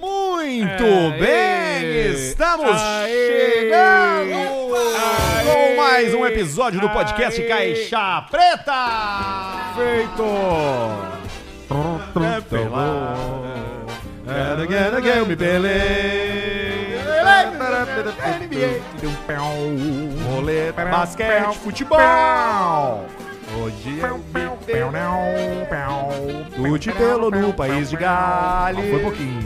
Muito É. Aê. bem, estamos Aê. chegando Aê. com mais um episódio do podcast Aê. Caixa Preta. Feito. É pelada. Again, again, eu me pelei. é NBA. Rolê, basquete, futebol. Hoje é eu me pelei. Futebol no país de Gales. Foi um pouquinho.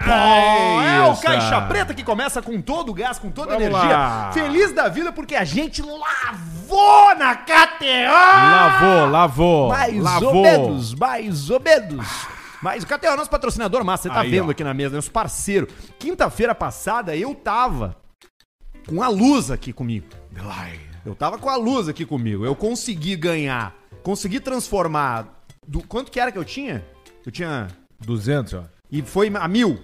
Bom, é o Caixa Preta que começa com todo o gás, com toda a Vamos energia. lá. Feliz da vida porque a gente lavou na KTO! Lavou, lavou. Mais ou lavou. menos, mais ou menos. Mas o KTO é nosso patrocinador massa, você tá Aí, vendo ó. aqui na mesa, nosso parceiro. Quinta-feira passada eu tava com a luz aqui comigo. Eu tava com a luz aqui comigo. Eu consegui ganhar, consegui transformar. Do, quanto que era que eu tinha? Eu tinha 200, ó. e foi a mil,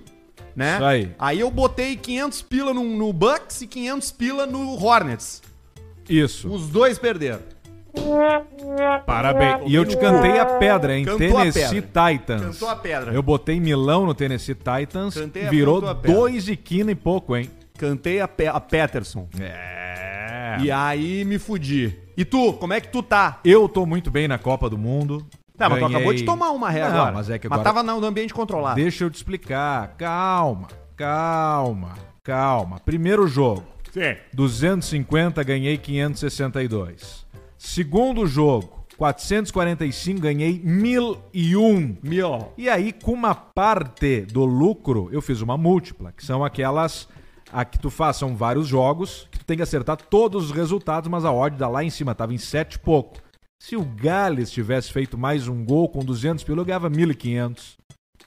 né? Isso aí. eu botei 500 pila no, no Bucks e 500 pila no Hornets. Isso. Os dois perderam. Parabéns. E eu te cantei a pedra, hein? Cantou a Tennessee Titans. Cantou a pedra. Eu botei Milão no Tennessee Titans. Cantei a- virou cantou a pedra. 2 e quina e pouco, hein? Cantei a, Pe- a Peterson. É. E aí me fudi. E tu, como é que tu tá? Eu tô muito bem na Copa do Mundo. Tá, mas tu Ganhei. acabou de tomar uma ré Não, agora. mas é que Mas agora- tava no ambiente controlado. Deixa eu te explicar. Calma, calma, calma. Primeiro jogo. Sim. 250, ganhei 562. Segundo jogo, 445, ganhei 1001. Mil. E aí, com uma parte do lucro, eu fiz uma múltipla, que são aquelas a que tu faz, são vários jogos, que tu tem que acertar todos os resultados, mas a odd dá lá em cima, tava em 7 e pouco. Se o Gales tivesse feito mais um gol com 200 pila, eu ganhava 1.500.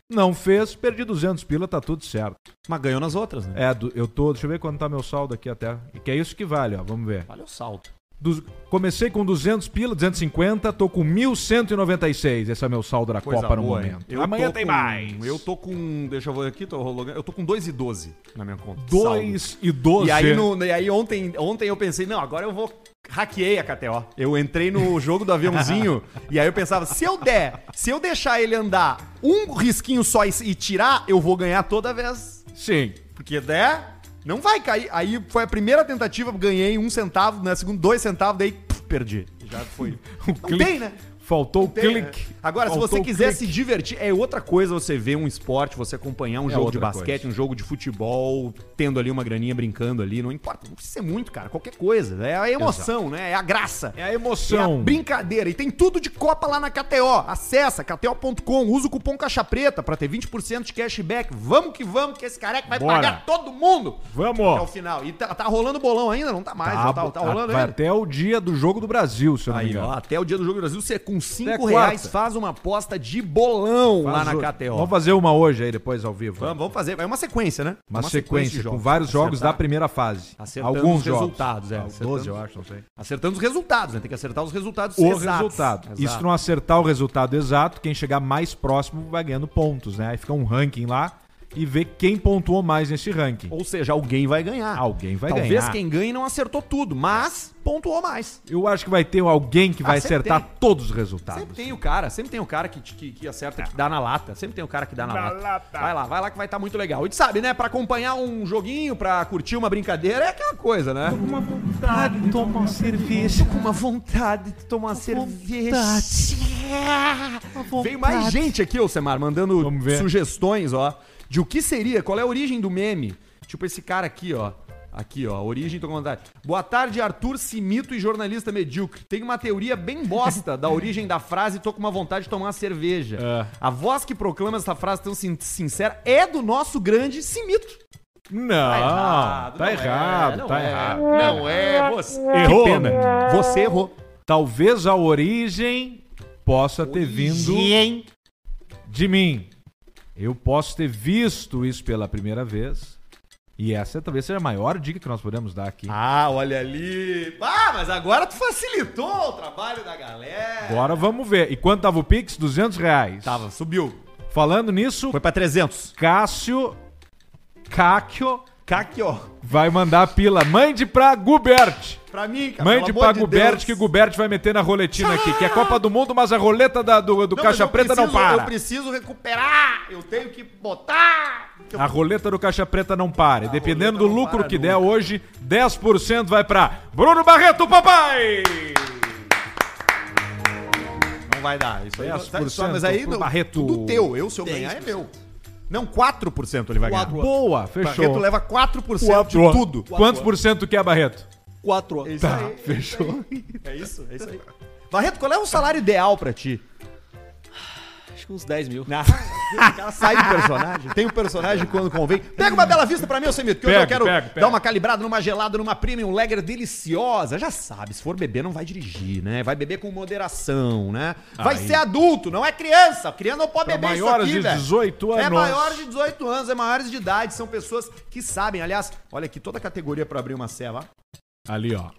Não fez, perdi 200 pila, tá tudo certo. Mas ganhou nas outras, né? É, do- eu tô. Deixa eu ver quanto tá meu saldo aqui até. Que é isso que vale, ó. Vamos ver. Olha o salto. Dos- comecei com 200 pila, 250, tô com 1.196. Esse é meu saldo da Copa no boa, hein? momento. Eu tô com- um, Eu tô com. Deixa eu ver aqui, tô rolando. Eu tô com 2,12 na minha conta. Saldo. 2 e 12. E aí, no- e aí ontem, ontem eu pensei, não, agora eu vou. Hackeei a KTO. Eu entrei no jogo do aviãozinho e aí eu pensava, se eu der, se eu deixar ele andar um risquinho só e, e tirar, eu vou ganhar toda vez. Sim. Porque der, não vai cair. Aí foi a primeira tentativa, ganhei um centavo, na segunda, dois centavos, daí pff, perdi. Já foi. O Não tem, né? Faltou o Tem, clique. né? Agora, se Faltou você o quiser clique. se divertir, é outra coisa você ver um esporte, você acompanhar um jogo de É outra basquete, coisa. um jogo de futebol, tendo ali uma graninha brincando ali, não importa, não precisa ser muito, cara, qualquer coisa. É a emoção, né? É a graça. É a É a emoção. brincadeira. E tem tudo de Copa lá na KTO. Acessa kto.com, usa o cupom Caixa Preta pra ter 20% de cashback. Vamos que vamos, que esse careca vai Bora. pagar todo mundo. Até o Vamos. final. E tá, tá rolando bolão ainda? Não tá mais, Tá, já tá, tá rolando vai ainda. até o dia do jogo do Brasil, se eu não me Tá Aí, ó, engano. até o dia do Jogo do Brasil, você com 5 quarta. reais faz uma aposta de bolão lá na Faz KTO. o- Vamos Vamos, fazer uma hoje aí, depois ao vivo. vamos fazer. É uma sequência, né? Uma, de sequência, com jogos. vários jogos Acertar- da primeira fase. acertando Alguns os jogos. resultados, é, Ah, acertando 12, eu os- acho, não sei. Acertando os resultados, né? Tem que acertar os resultados o exatos. resultado. Exato. E se tu não acertar o resultado exato, quem chegar mais próximo vai ganhando pontos, né? Aí fica um ranking lá e vê quem pontuou mais nesse ranking. Ou seja, alguém vai ganhar. Alguém vai Talvez ganhar. quem ganhe não acertou tudo, mas pontuou mais. Eu acho que vai ter alguém que vai Ah, sempre acertar todos os Sempre resultados. tem o cara, sempre tem o cara que, que, que acerta, que dá na lata. Sempre tem o cara que dá na Na lata. lata. Vai lá, vai lá que vai estar muito legal. E tu sabe, né? Pra acompanhar um joguinho, pra curtir uma brincadeira, é aquela coisa, né? uma vontade de tomar uma cerveja. com uma vontade de tomar cerveja. vontade. Vem mais gente aqui, ô Semar, mandando Vamos ver. sugestões, ó, de o que seria, qual é a origem do meme. Tipo esse cara aqui, ó. Aqui, ó, origem, tô com vontade. Boa tarde, Arthur Simito e jornalista medíocre. Tem uma teoria bem bosta da origem da frase tô com uma vontade de tomar uma cerveja. É. A voz que proclama essa frase tão sin- sincera é do nosso grande Simito. Ah, é, Não, tá errado, tá errado. Não é, você. Errou. Que pena. Você errou. Talvez a origem possa ter vindo Origem. de mim. Eu posso ter visto isso pela primeira vez. E essa talvez seja a maior dica que nós podemos dar aqui. Ah, olha ali. Ah, mas agora tu facilitou o trabalho da galera. Agora vamos ver. E quanto tava o Pix? 200 reais. Tava, subiu. Falando nisso, Foi pra 300. Cássio. Cáquio Caquio. vai mandar a pila. Mande pra Gubert. Pra mim, cara. Mande pelo amor pra de Gubert, Deus. Ah! que Gubert vai meter na roletina aqui. Que é Copa do Mundo, mas a roleta da- do, do Não, mas Caixa eu Preta não preciso- para. Eu preciso recuperar. Eu tenho que botar. Eu- A roleta do Caixa Preta não para. E Dependendo do roleta não lucro para que der hoje, 10% vai pra Bruno Barreto, papai! Ah, Não vai dar. Isso aí, 10% sabe só, mas aí pro não, Barreto. tudo teu. Eu, se eu ganhar, é meu. Não, 4% ele vai ganhar. Boa, O Barreto fechou. leva 4% de tudo. Quantos por cento tu quer, Barreto? Quatro. É isso Tá, aí. fechou. É isso, é isso aí. Barreto, qual é o salário ideal pra ti? Ah, Acho que uns 10 mil. O cara sai do personagem. Tem um personagem quando convém. Pega uma Bela Vista pra mim, seu mito, que hoje Pego, eu quero pego, pego. dar uma calibrada numa gelada, numa premium um lager deliciosa. Já sabe, se for beber, não vai dirigir, né? Vai beber com moderação, né? Vai Aí. ser adulto, não é criança. Criança não pode Pra beber isso maiores aqui, de velho. 18 É anos. maior de 18 anos, é maiores de idade. São pessoas que sabem. Aliás, olha aqui, toda categoria pra abrir uma ceva. Ali, ó.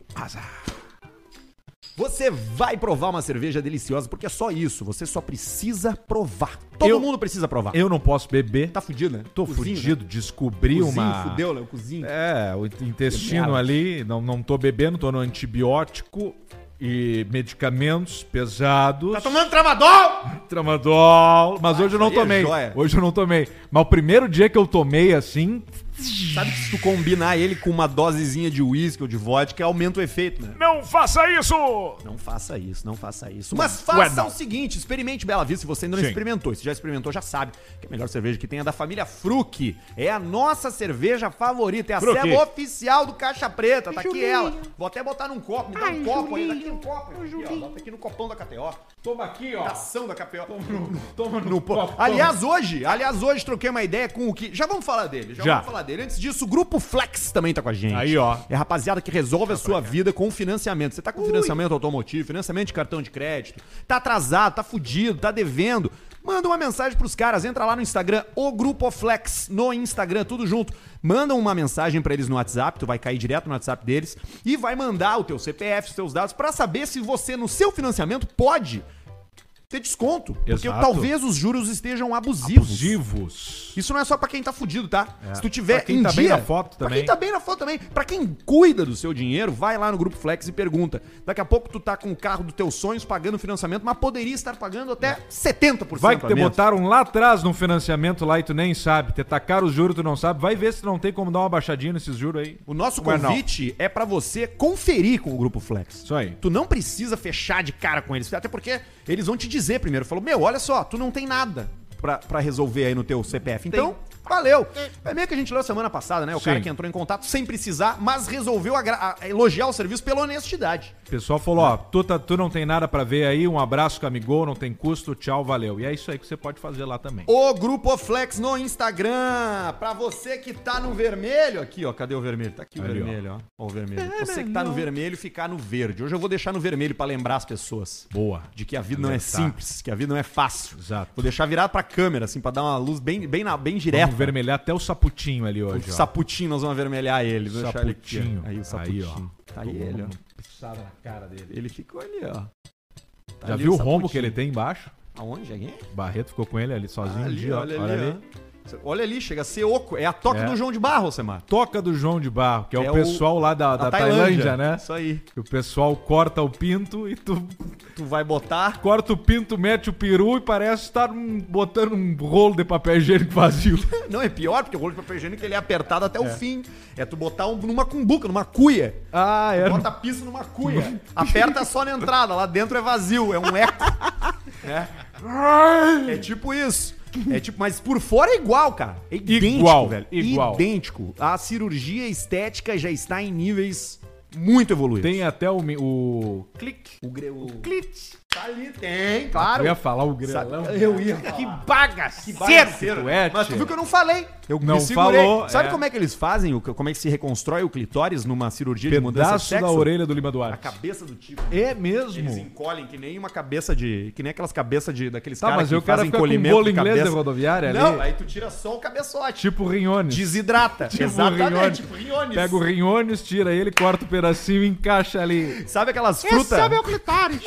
Você vai provar uma cerveja deliciosa, porque é só isso. Você só precisa provar. Todo Eu- mundo precisa provar. Eu não posso beber. Tá fudido, né? Tô Cozinho, né? fudido. Descobri Cozinho, uma. fudeu, né? O cozinho. É, o intestino merda. ali. Não, não tô bebendo, tô no antibiótico e medicamentos pesados. Tá tomando tramadol? Tramadol. Mas hoje eu não isso aí é tomei. joia. hoje eu não tomei. Mas o primeiro dia que eu tomei assim. Sabe que se tu combinar ele com uma dosezinha de uísque ou de vodka, aumenta o efeito, né? Não faça isso! Não faça isso, não faça isso. Mas faça o seguinte, experimente Bela Vista se você ainda não Sim. experimentou. Se já experimentou, já sabe que a melhor cerveja que tem é da família Fruc. É a nossa cerveja favorita, é a Fruc. ceva oficial do Caixa Preta, tá aqui ela. Vou até botar num copo, me dá um copo aí, daqui um copo, aqui, ó, bota aqui no copão da KTO. Toma aqui, ó. Ação da KTO. Toma no, Tá No po- Aliás, hoje, aliás, hoje troquei uma ideia com o que. Já vamos falar dele, já, Já. vamos falar dele. Antes disso, o grupo Flex também tá com a gente. Aí, ó. Tá É a rapaziada que resolve a sua vida com financiamento. Você tá com financiamento automotivo, financiamento de cartão de crédito, tá atrasado, tá fudido, tá devendo. Manda uma mensagem pros caras, entra lá no Instagram, o Grupo Flex, no Instagram, tudo junto. Manda uma mensagem pra eles no WhatsApp, tu vai cair direto no WhatsApp deles e vai mandar o teu CPF, os teus dados, pra saber se você, no seu financiamento, pode ter desconto. Porque Exato. talvez os juros estejam abusivos. abusivos. Isso não é só pra quem tá fudido, tá? Se tu Pra tiver quem em tá bem dia, na foto pra também. quem tá bem na foto também, pra quem cuida do seu dinheiro, vai lá no grupo Flex e pergunta. Daqui a pouco tu tá com o carro dos teus sonhos pagando financiamento, mas poderia estar pagando até 70% É. Vai que te a menos. botaram lá atrás num financiamento lá e tu nem sabe. Te tacaram o juro, tu não sabe. Vai ver se não tem como dar uma baixadinha nesses juros aí. O nosso Mas não. convite é pra você conferir com o grupo Flex. Isso aí. Tu não precisa fechar de cara com eles, até porque eles vão te dizer primeiro. Falou, meu, olha só, tu não tem nada pra, pra resolver aí no teu CPF. Então, valeu. É meio que a gente leu semana passada, né? O Sim. cara que entrou em contato sem precisar, mas resolveu agra- a- elogiar o serviço pela honestidade. O pessoal falou, ó, tu, tá- tu não tem nada pra ver aí, um abraço com a Amigô, não tem custo, tchau, valeu. E é isso aí que você pode fazer lá também. O Grupo Flex no Instagram. Pra você que tá no vermelho aqui, ó. Cadê o vermelho? Tá aqui o Ali, ó. É, né, vermelho, ó. Ó o vermelho. Você que tá no vermelho, ficar no verde. Hoje eu vou deixar no vermelho pra lembrar as pessoas. Boa. De que a vida não é Alertar. simples, que a vida não é fácil. Exato. Vou deixar virado pra câmera, assim, pra dar uma luz bem, bem, na, bem Vamos direta. vermelhar até o saputinho ali O hoje, ó. saputinho, nós vamos avermelhar ele. Vou deixar ele aqui, ó. Saputinho. Aí o Aí, ó. saputinho. Tá aí ele, ó. Pisada na cara dele. Ele ficou ali, ó. Tá Já ali viu o rombo saputinho. que ele tem embaixo? Aonde? Aqui? Barreto ficou com ele ali sozinho. um Ali, dia, ó. olha, ali, ó. Olha ali, chega a ser oco. É a toca É. do João de Barro, Semar. Toca do João de Barro, que é, É o o- pessoal lá da, da Tailândia, né? Isso aí. Que o pessoal corta o pinto e tu Tu vai botar. corta o pinto, mete o peru e parece estar um- botando um rolo de papel higiênico vazio. Não, é pior, porque o rolo de papel higiênico ele é apertado até o fim. É tu botar um, numa cumbuca, numa cuia. Ah, é. Bota a pista numa cuia. Aperta só na entrada, lá dentro é vazio, é um eco. É tipo isso. É tipo, mas por fora é igual, cara. É idêntico, Igual, velho. igual. Idêntico. A cirurgia estética já está em níveis muito evoluídos. Tem até o, mi- o clique. O, gre... o... Tá ali, tem, claro. Eu ia falar o grelão. Sabe- Eu ia. Que bagaceiro. Que Bagaceiro. é, Mas tu viu que eu não falei. Eu Não falou, Sabe é. como é que eles fazem? o- Como é que se reconstrói o clitóris numa cirurgia de mudança de Pedaço sexo? da orelha do Lima A Duarte. cabeça do tipo. É mesmo? Eles encolhem que nem uma cabeça de. Que nem aquelas cabeças de, daqueles Tá, caras mas que eu quero fazem ficar com um encolhimento bolo de inglês da cabeça. rodoviária ali. Não, aí tu tira só o cabeçote. Tipo Rinhones. Desidrata. Tipo Exatamente. Riones. Tipo Riones. Pega o Rinhones, tira ele, corta o pedacinho e encaixa ali. Sabe é aquelas frutas? clitóris.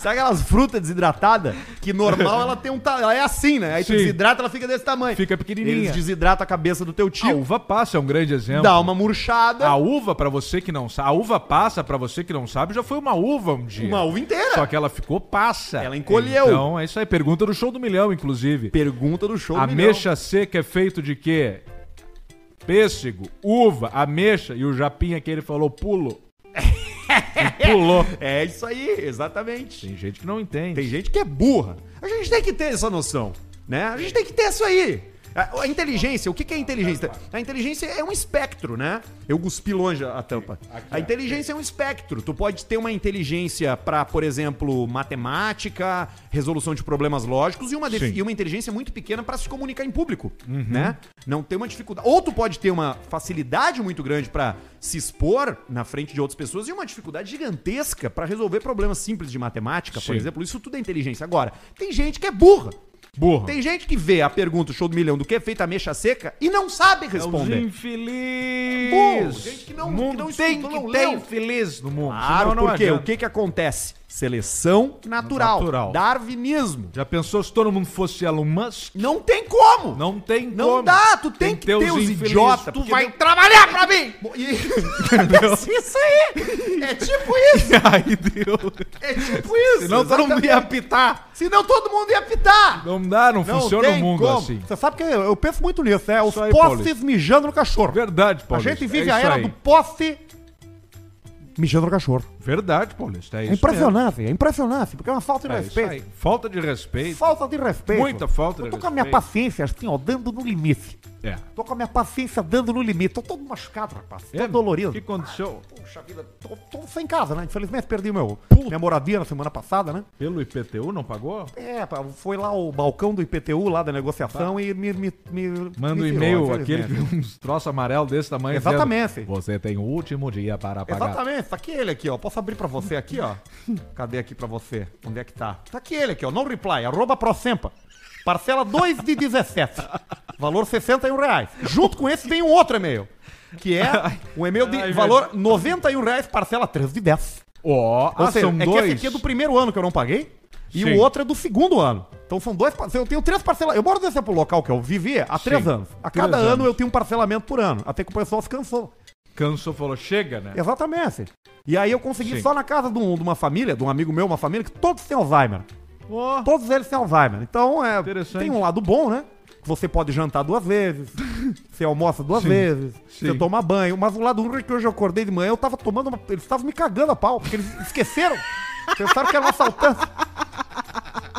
Sabe aquelas frutas desidratadas? Que normal ela tem um. ta- Ela é assim, né? Aí tu Sim. desidrata, ela fica desse tamanho. Fica pequenininha. Eles desidratam a cabeça do teu A tio. uva passa é um grande exemplo. dá uma murchada. A uva, pra você que não sabe, a uva passa, pra você que não sabe, já foi uma uva um dia. Uma uva inteira. Só que ela ficou passa. Ela encolheu. Então, é isso aí. Pergunta do show do milhão, inclusive. Pergunta do show. do milhão. Ameixa seca é feito de quê? Pêssego, uva, ameixa e o japinha que ele falou pulo. E pulou. É isso aí, exatamente. Tem gente que não entende. Tem gente que é burra. A gente tem que ter essa noção, né? A gente tem que ter isso aí. A, a inteligência, o que, que é inteligência? A inteligência é um espectro, né? Eu cuspi longe a a tampa. A inteligência é um espectro. Tu pode ter uma inteligência pra, por exemplo, matemática, resolução de problemas lógicos e uma, defi- Sim. e uma inteligência muito pequena pra se comunicar em público, né? Não ter uma dificuldade. Ou tu pode ter uma facilidade muito grande pra se expor na frente de outras pessoas e uma dificuldade gigantesca pra resolver problemas simples de matemática, por Sim. exemplo. Isso tudo é inteligência. Agora, tem gente que é burra. Burro. Tem gente que vê a pergunta do show do milhão do que é feita a mexa seca e não sabe É os responder. infelizes. Burro, gente que não- que mundo não tem estudou, que não ter leu. infeliz no mundo. Claro, senão não porque o adianta. que que acontece? Seleção natural, Natural. darwinismo. Já pensou se todo mundo fosse Elon Musk? Não tem como. Não tem Não como. dá, tu tem, que ter os, infelizes, idiotas. porque não- trabalhar pra mim! isso aí! É tipo isso! Ai, Deus. É tipo isso! Senão todo mundo ia apitar! Senão todo mundo ia apitar! Não dá, não, funciona o mundo assim. Você sabe que eu, eu penso muito nisso, né? Os Isso aí, posses mijando no cachorro. É Verdade, a Paulista. gente é vive isso a era aí. do posse mijando no cachorro. Verdade, Paulista. É É isso impressionante, é impressionante, porque é uma falta de mesmo. É isso aí. respeito. Falta de respeito. Falta de respeito. Muita falta de Eu tô com a minha respeito. paciência assim, ó, dando no limite. É. Tô com a minha paciência dando no limite. Tô todo machucado, rapaz. Tô É, dolorido. O que aconteceu? Puxa vida, tô, tô sem casa, né? Infelizmente perdi meu, Puta. minha moradia na semana passada, né? Pelo IPTU não pagou? É, pá, foi lá o balcão do IPTU, lá da negociação, e me. me, me Manda um me tirou, e-mail, infelizmente. aquele que uns troços amarelo desse tamanho. dizendo, Exatamente. Você tem o último dia para pagar. Exatamente, tá aquele aqui, ó. Posso abrir pra você aqui, ó? Cadê aqui pra você? Onde é que tá? Tá aquele aqui, ó. Não reply, arroba ProSempa. Parcela 2 de 17. Valor 61 reais. Junto com esse vem um outro e-mail. Que é um e-mail de Ai, valor 91 reais, parcela 3 de 10. Ó, Ou ah, seja, são é dois. que esse aqui é do primeiro ano que eu não paguei e Sim. o outro é do segundo ano. Então são dois parcelas. Eu tenho três parcelas. Eu moro nesse local que eu vivi há três Sim. anos. A Três cada ano anos. eu tenho um parcelamento por ano. Até que o pessoal se cansou. Cansou, falou, chega, né? Exatamente. E aí eu consegui Sim. só na casa de, um- de uma família, de um amigo meu, uma família, que todos têm Alzheimer. Ó, Todos eles têm Alzheimer. Então é, Interessante. tem um lado bom, né? Que Você pode jantar duas vezes, você almoça duas Sim. vezes, você Sim. toma banho. Mas o lado ruim é que hoje eu acordei de manhã, eu tava tomando uma... Eles estavam me cagando a pau, porque eles esqueceram. Pensaram que era um assaltante.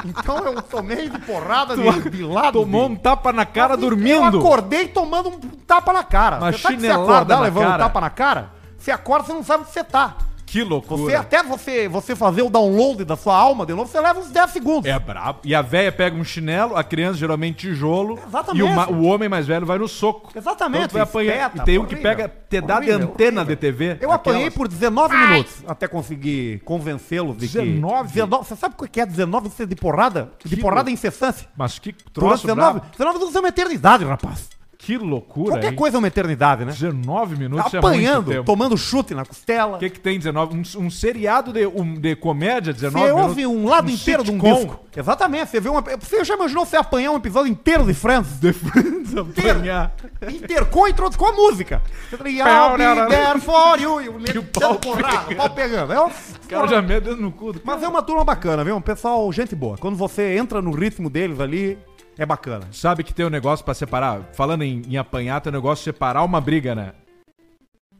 Então eu tomei de porrada, de, de lado. tomou um de... tapa na cara Então, Eu dormindo. acordei tomando um tapa na cara. Uma sabe que se chinelada acordar na levando um cara. tapa na cara, você acorda, você não sabe onde você tá. Que loucura. Você, até você, você fazer o download da sua alma de novo, você leva uns 10 segundos. É brabo. E a véia pega um chinelo, a criança geralmente tijolo. Exatamente. E o, ma- o homem mais velho vai no soco. Exatamente, Então tu vai apanhar. espeta, e tem um que horrível, pega, te dá de horrível, antena horrível. de TV. Eu apanhei aquelas- por 19 minutos até conseguir convencê-lo de que. 19? 19? Você sabe o que é 19 ser de porrada? De porrada incessante? Mas que Durante troço 19? brabo. 19 minutos é uma eternidade, rapaz. Que loucura, Qualquer hein? coisa é uma eternidade, né? 19 minutos Apanhando, é muito tempo. tomando chute na costela. O que que tem 19? Um, um seriado de, um- de comédia, 19 Você ouve um lado Um inteiro de um sitcom. disco. Exatamente, você vê uma. Você já imaginou você apanhar um episódio inteiro de Friends? The Friends apanhar. Intercom e trouxe com a música. I'll be there for you. E o E nego o pau dando porrada, o né, pau pegando. É um- O cara já mete no cu do Mas é cara. uma turma bacana, viu? Um pessoal, gente boa. Quando você entra no ritmo deles ali, é bacana. Sabe que tem um negócio pra separar? Falando em, em apanhar, tem um negócio de separar uma briga, né?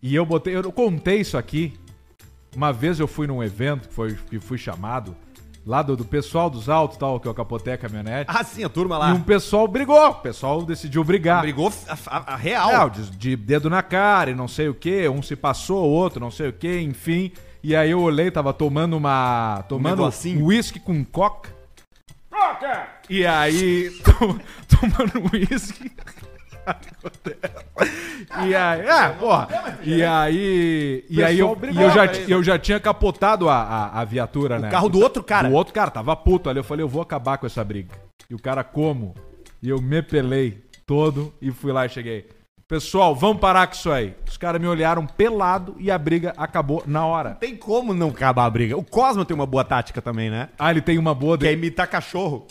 E eu botei, eu contei isso aqui. Uma vez eu fui num evento que, foi, que fui chamado, lá do, do pessoal dos altos, tal, que eu capotei a caminhonete. Ah, sim, a turma E um pessoal brigou, o pessoal decidiu brigar. brigou a, a- a real. Não, de, de dedo na cara e não sei o que, um se passou, o outro não sei o que, enfim. E aí eu olhei, tava tomando uma. tomando Um negocinho. uísque com coca. E aí, to- tomando uísque. E aí, ah, porra. E aí, e aí eu, e eu, já, eu já tinha capotado a, a, a viatura, né? né? O carro do outro cara. O outro cara tava puto ali. Eu falei, eu vou acabar com essa briga. E o cara, como? E eu me pelei todo e fui lá e cheguei. Pessoal, vamos parar com isso aí. Os caras me olharam pelado e a briga acabou na hora. Tem como não acabar a briga. O Cosmo tem uma boa tática também, né? Ah, ele tem uma boa Que é de... imitar cachorro.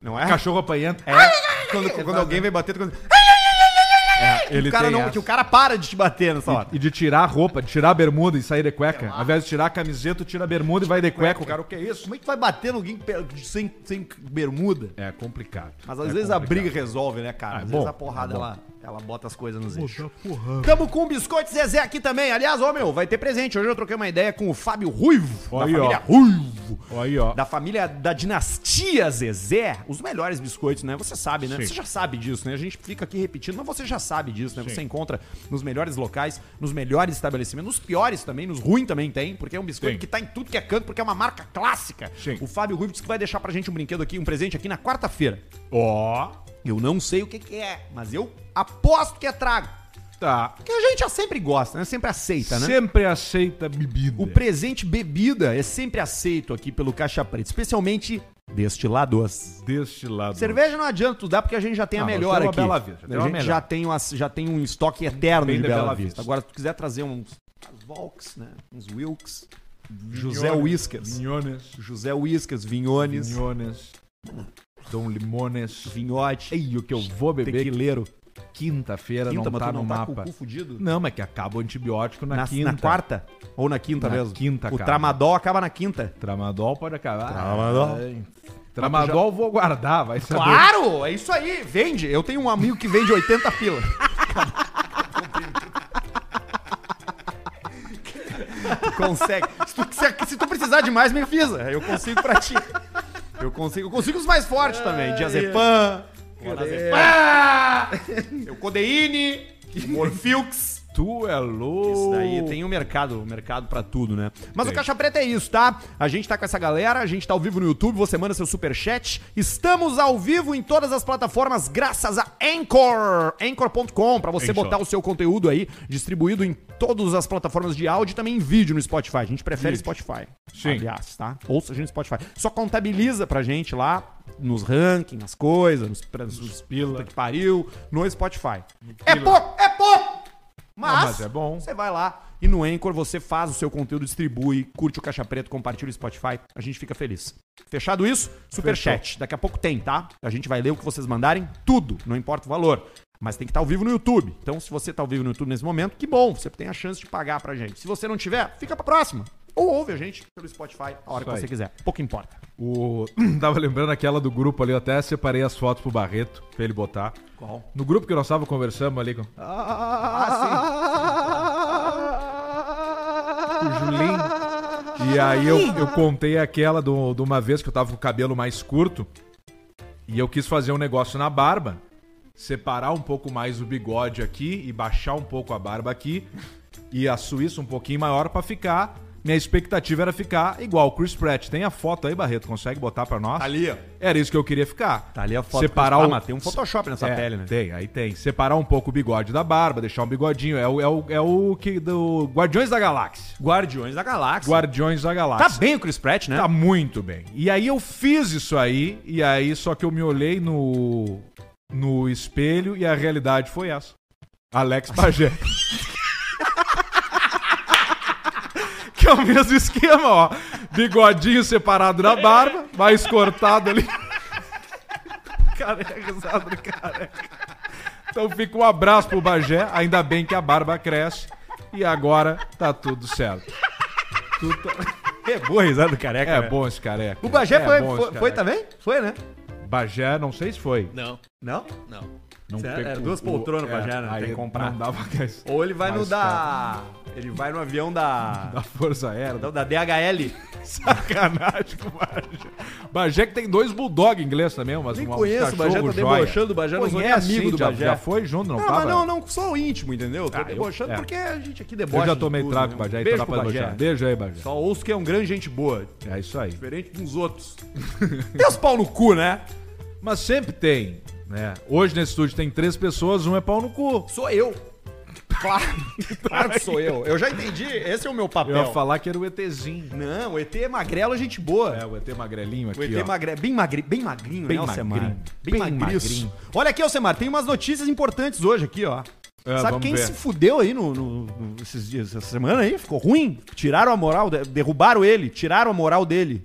Não é? cachorro apanhando. É. Quando, quando alguém vem bater, tu... É, ele o cara tem não, essa. que o cara para de te bater nessa hora. E de tirar a roupa, de tirar a bermuda e sair de É cueca. Ao invés de tirar a camiseta, tu tira a bermuda e vai de cueca. O cara, o que é isso? Como é que vai bater alguém sem, sem bermuda? É complicado. Mas às vezes a briga resolve, né, cara? Ah, é às bom, vezes a porrada, ela, ela bota as coisas nos eixos. Tamo com o Biscoito Zezé aqui também. Aliás, ó, meu, vai ter presente. Hoje eu troquei uma ideia com o Fábio Ruivo, Aí, da ó. família Ruivo. Aí, ó. Da família da dinastia Zezé, os melhores biscoitos, né? Você sabe, né? Sim. Você já sabe disso, né? A gente fica aqui repetindo, mas você já sabe disso, né? Você encontra nos melhores locais, nos melhores estabelecimentos, nos piores também, nos ruins também tem, porque é um biscoito Sim. que tá em tudo que é canto, porque é uma marca clássica. Sim. O Fábio Ruivo disse que vai deixar pra gente um brinquedo aqui, um presente aqui na quarta-feira. Ó. Eu não sei o que, que é, mas eu aposto que é trago. Tá. Porque a gente já sempre gosta, né? Sempre aceita, né? Sempre aceita bebida. O presente bebida é sempre aceito aqui pelo Caixa Preta, especialmente destilados. deste lado. Cerveja não adianta tu dar porque a gente já tem Ah, a nós melhor temos aqui. a Bela Vista, a tem uma gente melhor. já tem, uma, já tem um estoque eterno Bem de da Bela, Bela Vista. Vista. Agora, se tu quiser trazer uns uns Wilks, né? Uns Wilks. José Whiskas. Vinhones. José Whiskas, Vinhones, Vinhones. Dom Limones. Vinhote. Ei, o que eu vou beber Tequileiro. quinta-feira não Quinta, mas tá tu no não tá com mapa. o cu fudido? Não, mas que acaba o antibiótico na, Na, quinta. na quarta? Ou na quinta Na mesmo? quinta, O cara. tramadol acaba na quinta. Tramadol pode acabar. Tramadol. Ai. Tramadol vou guardar, vai saber. Claro! É isso aí! Vende! Eu tenho um amigo que vende 80 pila. Tu Consegue. Se tu, quiser- se tu precisar de mais, me avisa. Eu consigo pra ti. Eu consigo, eu consigo os mais fortes também. Diazepam, Ah! Clonazepam, Eucodeine, Morfilx. Tu é louco. Isso daí tem um mercado, um mercado pra tudo, né? Mas o Caixa Preta é isso, tá? A gente tá com essa galera, a gente tá ao vivo no YouTube, você manda seu superchat. Estamos ao vivo em todas as plataformas graças a Anchor, anchor.com, pra você Anchor. botar o seu conteúdo aí distribuído em todas as plataformas de áudio e também em vídeo no Spotify. A gente prefere Spotify. Sim. Aliás, tá? Ouça a gente no Spotify. Só contabiliza pra gente lá nos rankings, nas coisas, nos, nos, nos pila. puta que pariu, no Spotify. É pouco, é pouco! Mas, Ah, mas é bom. Você vai lá e no Anchor você faz o seu conteúdo, distribui, curte o Caixa Preto, compartilha o Spotify, a gente fica feliz. Fechado isso? Superchat. Daqui a pouco tem, tá? A gente vai ler o que vocês mandarem, tudo, não importa o valor. Mas tem que estar ao vivo no YouTube. Então, se você tá ao vivo no YouTube nesse momento, que bom, você tem a chance de pagar pra gente. Se você não tiver, fica pra próxima. Ou ouve a gente pelo Spotify a hora Isso que aí. você quiser. Pouco importa. O... Tava lembrando aquela do grupo ali, eu até separei as fotos pro Barreto pra ele botar. Qual? No grupo que nós tava conversando ali com. Ah, o Julinho. um E aí eu, eu contei aquela do- de uma vez que eu tava com o cabelo mais curto e eu quis fazer um negócio na barba. Separar um pouco mais o bigode aqui e baixar um pouco a barba aqui. E a Suíça um pouquinho maior pra ficar. Minha expectativa era ficar igual o Chris Pratt. Tem a foto aí, Barreto? Consegue botar pra nós? ali, ó. Era isso que eu queria ficar. Tá ali a foto. Tá Separar Ah, o... mas tem um Photoshop nessa É, pele, né? Tem, aí tem. Separar um pouco o bigode da barba, deixar um bigodinho. É o, é o, é o que do Guardiões da Galáxia. Guardiões da Galáxia. Guardiões da Tá Galáxia. bem o Chris Pratt, né? Tá muito bem. E aí eu fiz isso aí, e aí só que eu me olhei no, no espelho e a realidade foi essa. Alex Pajé. que é o mesmo esquema, ó. Bigodinho separado da barba, mais cortado ali. Cara, é risada do cara. Então fica um abraço pro Bagé, ainda bem que a barba cresce. E agora tá tudo certo. É boa a risada do careca. É né? bom esse careca. O Bagé É foi, bom esse foi, foi careca. também? Foi, né? Bagé, não sei se foi. Não, Não? não. Não Era pegou- duas poltronas é, pra já, né? aí Tem que comprar. Não dava Ou ele vai Mas tá. no da. Ele vai no avião da. Da Força Aérea. Da, da DHL. Sacanagem com o Bagé. Bagé que tem dois bulldog inglês também, mas Nem uma- uns conheço, o Bagé tá cachorro joia. debochando, o Bagé não sou nem Conhece, amigo sim, do já, Bagé. já foi junto, não Não, tava? mas não, não, só o íntimo, entendeu? Tô Ah, eu- debochando é. porque a gente aqui debocha. Eu já de tomei tudo, trago né? com o Bagé, então Beijo dá pro pra elogiar. Bagé. Beijo aí, Bagé. Só ouço que é um grande gente boa, É isso aí. diferente dos outros. Tem os pau no cu, né? Mas sempre tem, né? Hoje nesse estúdio tem três pessoas, um é pau no cu. Sou eu. Claro, claro que sou eu. Eu já entendi, esse é o meu Eu papel. ia falar que era o ETzinho. Não, o ET é magrelo, é gente boa. É, o ET magrelinho aqui, O ET ó. magre... é bem, magri... bem magrinho, Bem né, Alcemar? magrinho. Bem, Bem magriço. magrinho. Olha aqui, Alcemar, tem umas notícias importantes hoje aqui, ó. É, Sabe vamos quem ver. se fudeu aí no, no- no- esses dias, essa semana aí? Ficou ruim? Tiraram a moral, de- derrubaram ele, tiraram a moral dele.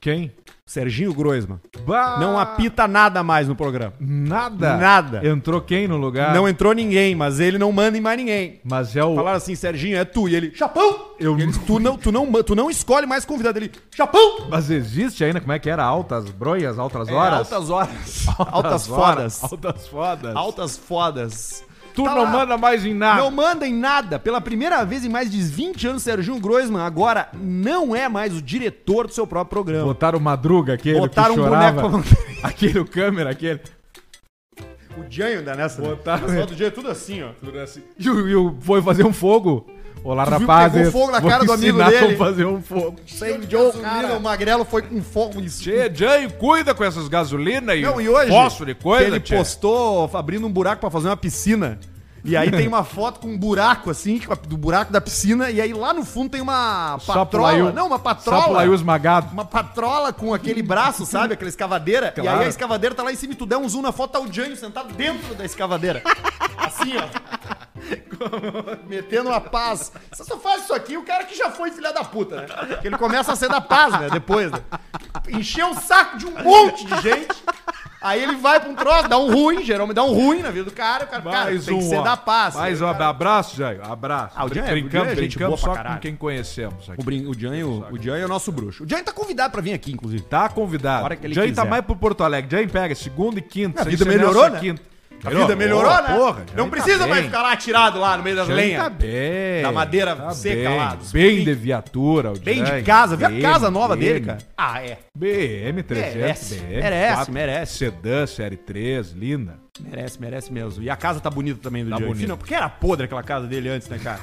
Quem? Serginho Groisman. Bah! Não apita nada mais no programa. Nada. Nada. Entrou quem no lugar? Não entrou ninguém, mas ele não manda em mais ninguém. Mas é o. Falaram assim, Serginho, é tu. E ele, Chapão! Eu- E ele, tu, não, tu, não, tu não escolhe mais convidado. Ele, Chapão! Mas existe ainda, como é que era? Altas broias, altas É, horas? Altas horas. Altas, horas, fodas. Altas fodas. Altas fodas. Tu Tá não lá. manda mais em nada. Não manda em nada. Pela primeira vez em mais de 20 anos, Serginho Groisman agora não é mais o diretor do seu próprio programa. Botaram o madruga, aquele Botaram que um chorava. boneco Aquele, o câmera, aquele. O Jânio ainda nessa. né? Botaram- O pessoal do Jânio é tudo assim, ó. E o, e o- foi fazer um fogo. Olá, viu que rapazes. pegou fogo na Vou cara do amigo ensinar dele. como fazer um fogo. Sem Joe, o Magrelo foi com fogo em Tchê, Jânio, cuida com essas gasolina e, Não, e hoje fósforo e coisa, ele tchê. postou abrindo um buraco pra fazer uma piscina. E aí tem uma foto com um buraco assim, com a- do buraco da piscina, e aí lá no fundo tem uma patrola. Sapuaiu. Não, uma Sapuaiu patrola. esmagado. Uma patrola com aquele braço, sabe? Aquela escavadeira. E Claro. aí a escavadeira tá lá em cima e tu der um zoom na foto, tá o Jânio sentado dentro da escavadeira. Assim, ó. Metendo uma paz. Você só faz isso aqui o cara que já foi filha da puta, né? Que ele começa a ser da paz, né? Depois, né? Encheu o saco de um monte de gente. Aí ele vai pra um troço, dá um ruim, geralmente dá um ruim na vida do cara. O cara, cara tem que ser ó. da paz. Mais um Aí o cara- abraço, Jânio. Abraço. Ah, o Jânio é- o Jânio brincamos, é gente boa brincamos pra só com caralho. quem conhecemos aqui. O, Brin- o, Jânio, o Jânio é o nosso bruxo. O Jânio tá convidado pra vir aqui, inclusive. Tá A convidado. hora que ele Jânio tá quiser. mais pro Porto Alegre. Jânio pega segunda e quinta. A sem vida ser nessa melhorou, né? A vida Melhorou, melhorou, né? Porra, não precisa mais ficar lá atirado lá no meio das lenhas. Tá bem. Da madeira tá seca bem, lá, dos Bem pinos. de viatura. o Bem de Jânio. casa, viu a Bem, casa nova bem. dele, cara? Ah, é. BM 300. Merece, BM, merece, 4, merece. Sedã, série 3, linda. Merece, merece mesmo. E a casa tá bonita também do Tá Jânio. bonita. Não, porque era podre aquela casa dele antes, né, cara?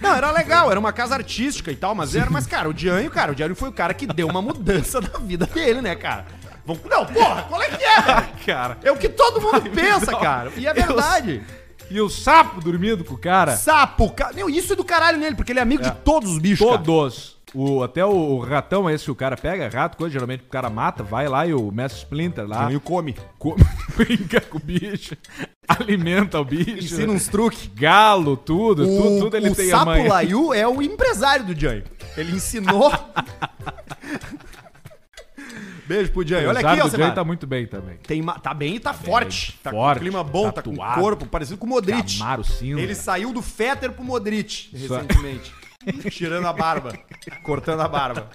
Não, era legal, era uma casa artística e tal, mas era. Mas, cara, o Jânio, cara, o Jânio foi o cara que deu uma mudança na vida dele, né, cara? Vamos- Não, porra, qual é que é? velho? Cara. É o que todo mundo pensa, Não, cara. E é eu- É. verdade. E o sapo dormindo com o cara? Sapo, cara. Não, isso é do caralho nele, porque ele é amigo de todos os bichos. cara. Todos. O, até o, o ratão é esse que o cara pega, rato, coisa, geralmente o cara mata, vai lá e o mestre Splinter lá. Jânio come. co- brinca com o bicho, alimenta o bicho. né? Ensina uns truques. Galo, tudo, tudo, tudo ele o tem a Sapo mãe. Laiu é o empresário do Jânio. Ele ensinou. Beijo pro Jânio. Olha aqui, ó, o Jay Semar. tá muito bem também. Tem ma- tá bem e tá forte. Tá forte, com clima bom, tá com tatuado. Tá o corpo parecido com o Modric. Camaro cinza. Ele saiu do Fetter pro Modric Isso- recentemente. Tirando a barba. Cortando a barba.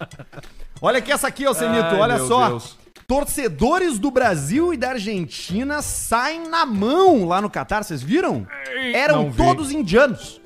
Olha aqui essa aqui, Alcenito. Ai, Olha meu só. Deus. Torcedores do Brasil e da Argentina saem na mão lá no Catar. Vocês viram? Eram não vi. todos indianos.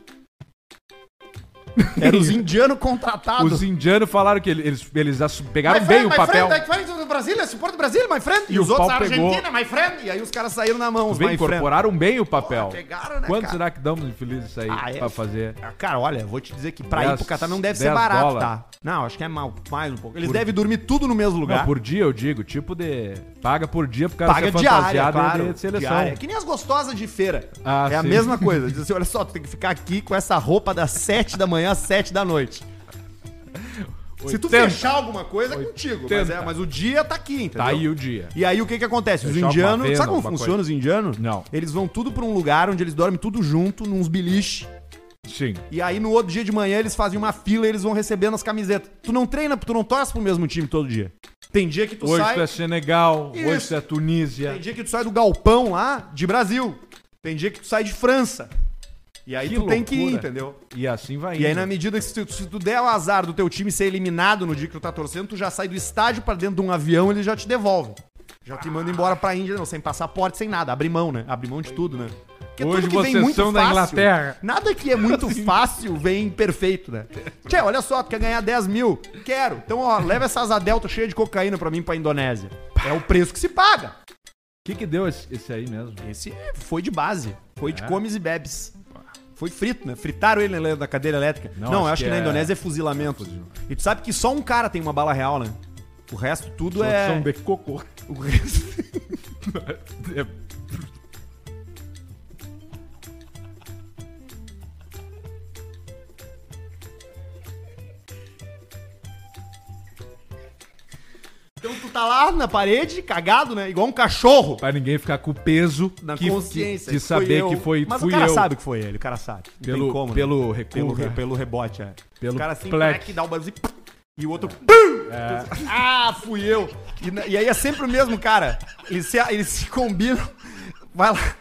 Eram os indianos contratados. Os indianos falaram que ele- eles, eles assu- pegaram My bem friend, o papel. My friend, my friend, do Brasil, é suporte do Brasil, my friend. E, o os outros, pau pegou. Argentina, my friend. E aí os caras saíram na mão, os Bem, my friend. incorporaram bem o papel. Porra, pegaram, né, Quanto cara? será que damos de feliz isso aí Ah, é. pra fazer? Ah, Cara, olha, vou te dizer que pra ir Dez- pro Catar não deve ser dez barato, dólar. tá? Não, acho que é mal, mais um pouco. Eles devem dormir tudo no mesmo Não, lugar. por dia eu digo, tipo de. Paga por dia pro cara Paga ser diária, fantasiado é claro. de seleção. diária. É Que nem as gostosas de feira. Ah, é a sim. mesma coisa. Diz assim, olha só, tu tem que ficar aqui com essa roupa das 7 da manhã às 7 da noite. Se tu 80. fechar alguma coisa, é contigo. Mas, 80. é, mas o dia tá aqui, entendeu? Tá aí o dia. E aí o que que acontece? Os Fechar alguma indianos, venda, sabe como alguma funciona coisa. os indianos? Não. Eles vão tudo pra um lugar onde eles dormem tudo junto, nos biliches. Sim. E aí no outro dia de manhã eles fazem uma fila e eles vão recebendo as camisetas. Tu não treina, tu não torce pro mesmo time todo dia. Tem dia que tu Hoje sai, tu é Senegal, hoje Isso. tu é Tunísia. tem dia que tu sai do galpão lá de Brasil. Tem dia que tu sai de França. E aí Que tu tem que ir, loucura. entendeu? E assim vai E aí indo. na medida que se tu, se tu der o azar do teu time ser eliminado no dia que tu tá torcendo, tu já sai do estádio pra dentro de um avião, eles já te devolvem. Já te mandam embora pra Índia, não, sem passaporte, sem nada. Abre mão, né? Abre mão de tudo, né? Porque Hoje vocês são da Inglaterra. Nada que é muito fácil vem perfeito, né? Tchê, olha só, tu quer ganhar 10 mil? Quero. Então, ó, leva essa asa delta cheia de cocaína pra mim pra Indonésia. É o preço que se paga. O que, que deu esse, esse aí mesmo? Esse é, foi de base. Foi É. de comes e bebes. Foi frito, né? Fritaram ele na- na cadeira elétrica. Não, eu acho que, na é- Indonésia é fuzilamento. Fuzil. E tu sabe que só um cara tem uma bala real, né? O resto tudo é. São de um cocô. É, O resto... Então tu tá lá na parede, cagado, né? Igual um cachorro. Pra ninguém ficar com o peso Na que- consciência. de que saber eu. que foi Mas fui o cara eu. sabe que foi ele, o cara sabe. Não Pelo- né? pelo recuo, Pelo, re- né? pelo rebote, é. Pelo É. o cara assim, plec. plec, dá o barulho assim, e o outro. pum! É. Ah, fui eu! E, na- e aí é sempre o mesmo cara. Eles se, eles se combinam. Vai lá.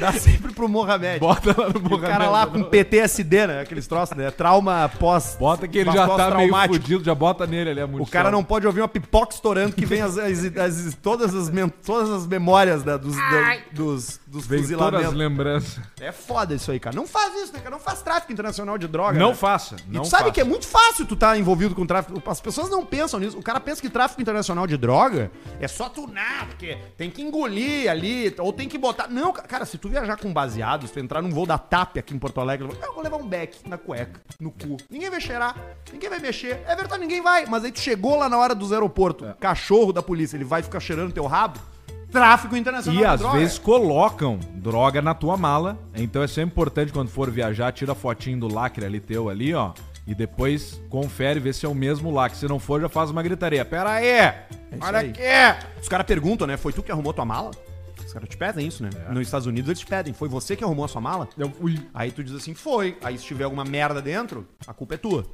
Dá sempre pro Mohamed. Bota lá no E o cara lá com PTSD, né? Aqueles troços, né? Trauma pós. Bota que ele já tá meio pós-traumático. fudido, já bota nele ali a O munição. cara não pode ouvir uma pipoca estourando que vem as, as- as- todas, as men- todas as memórias da- dos, da- dos, dos Vem todas as fuzilamentos. lembranças. É foda isso aí, cara. Não faz isso, né, cara? Não faz tráfico internacional de droga. Não né? faça, E não tu sabe faça. que é muito fácil tu tá envolvido com tráfico. As pessoas não pensam nisso. O cara pensa que tráfico internacional de droga é só tunar, porque tem que engolir ali, ou tem que botar. Não, ca- cara, se tu viajar com baseado, se tu entrar num voo da TAP aqui em Porto Alegre, eu vou- eu vou levar um beck na cueca, no cu. Ninguém vai cheirar, ninguém vai mexer. É verdade, ninguém vai. Mas aí tu chegou lá na hora dos aeroportos, É. cachorro da polícia, ele vai ficar cheirando teu rabo. Tráfico internacional E às droga. vezes colocam droga na tua mala. Então é sempre importante quando for viajar, tira a fotinho do lacre ali teu ali, ó. E depois confere, vê se é o mesmo lacre. Se não for, já faz uma gritaria. Pera aí! É isso olha aí. aqui! Os caras perguntam, né? Foi tu que arrumou tua mala? Os caras te pedem isso, né? É. Nos Estados Unidos eles te pedem. Foi você que arrumou a sua mala? Eu fui. Aí tu diz assim, foi. Aí se tiver alguma merda dentro, a culpa é tua.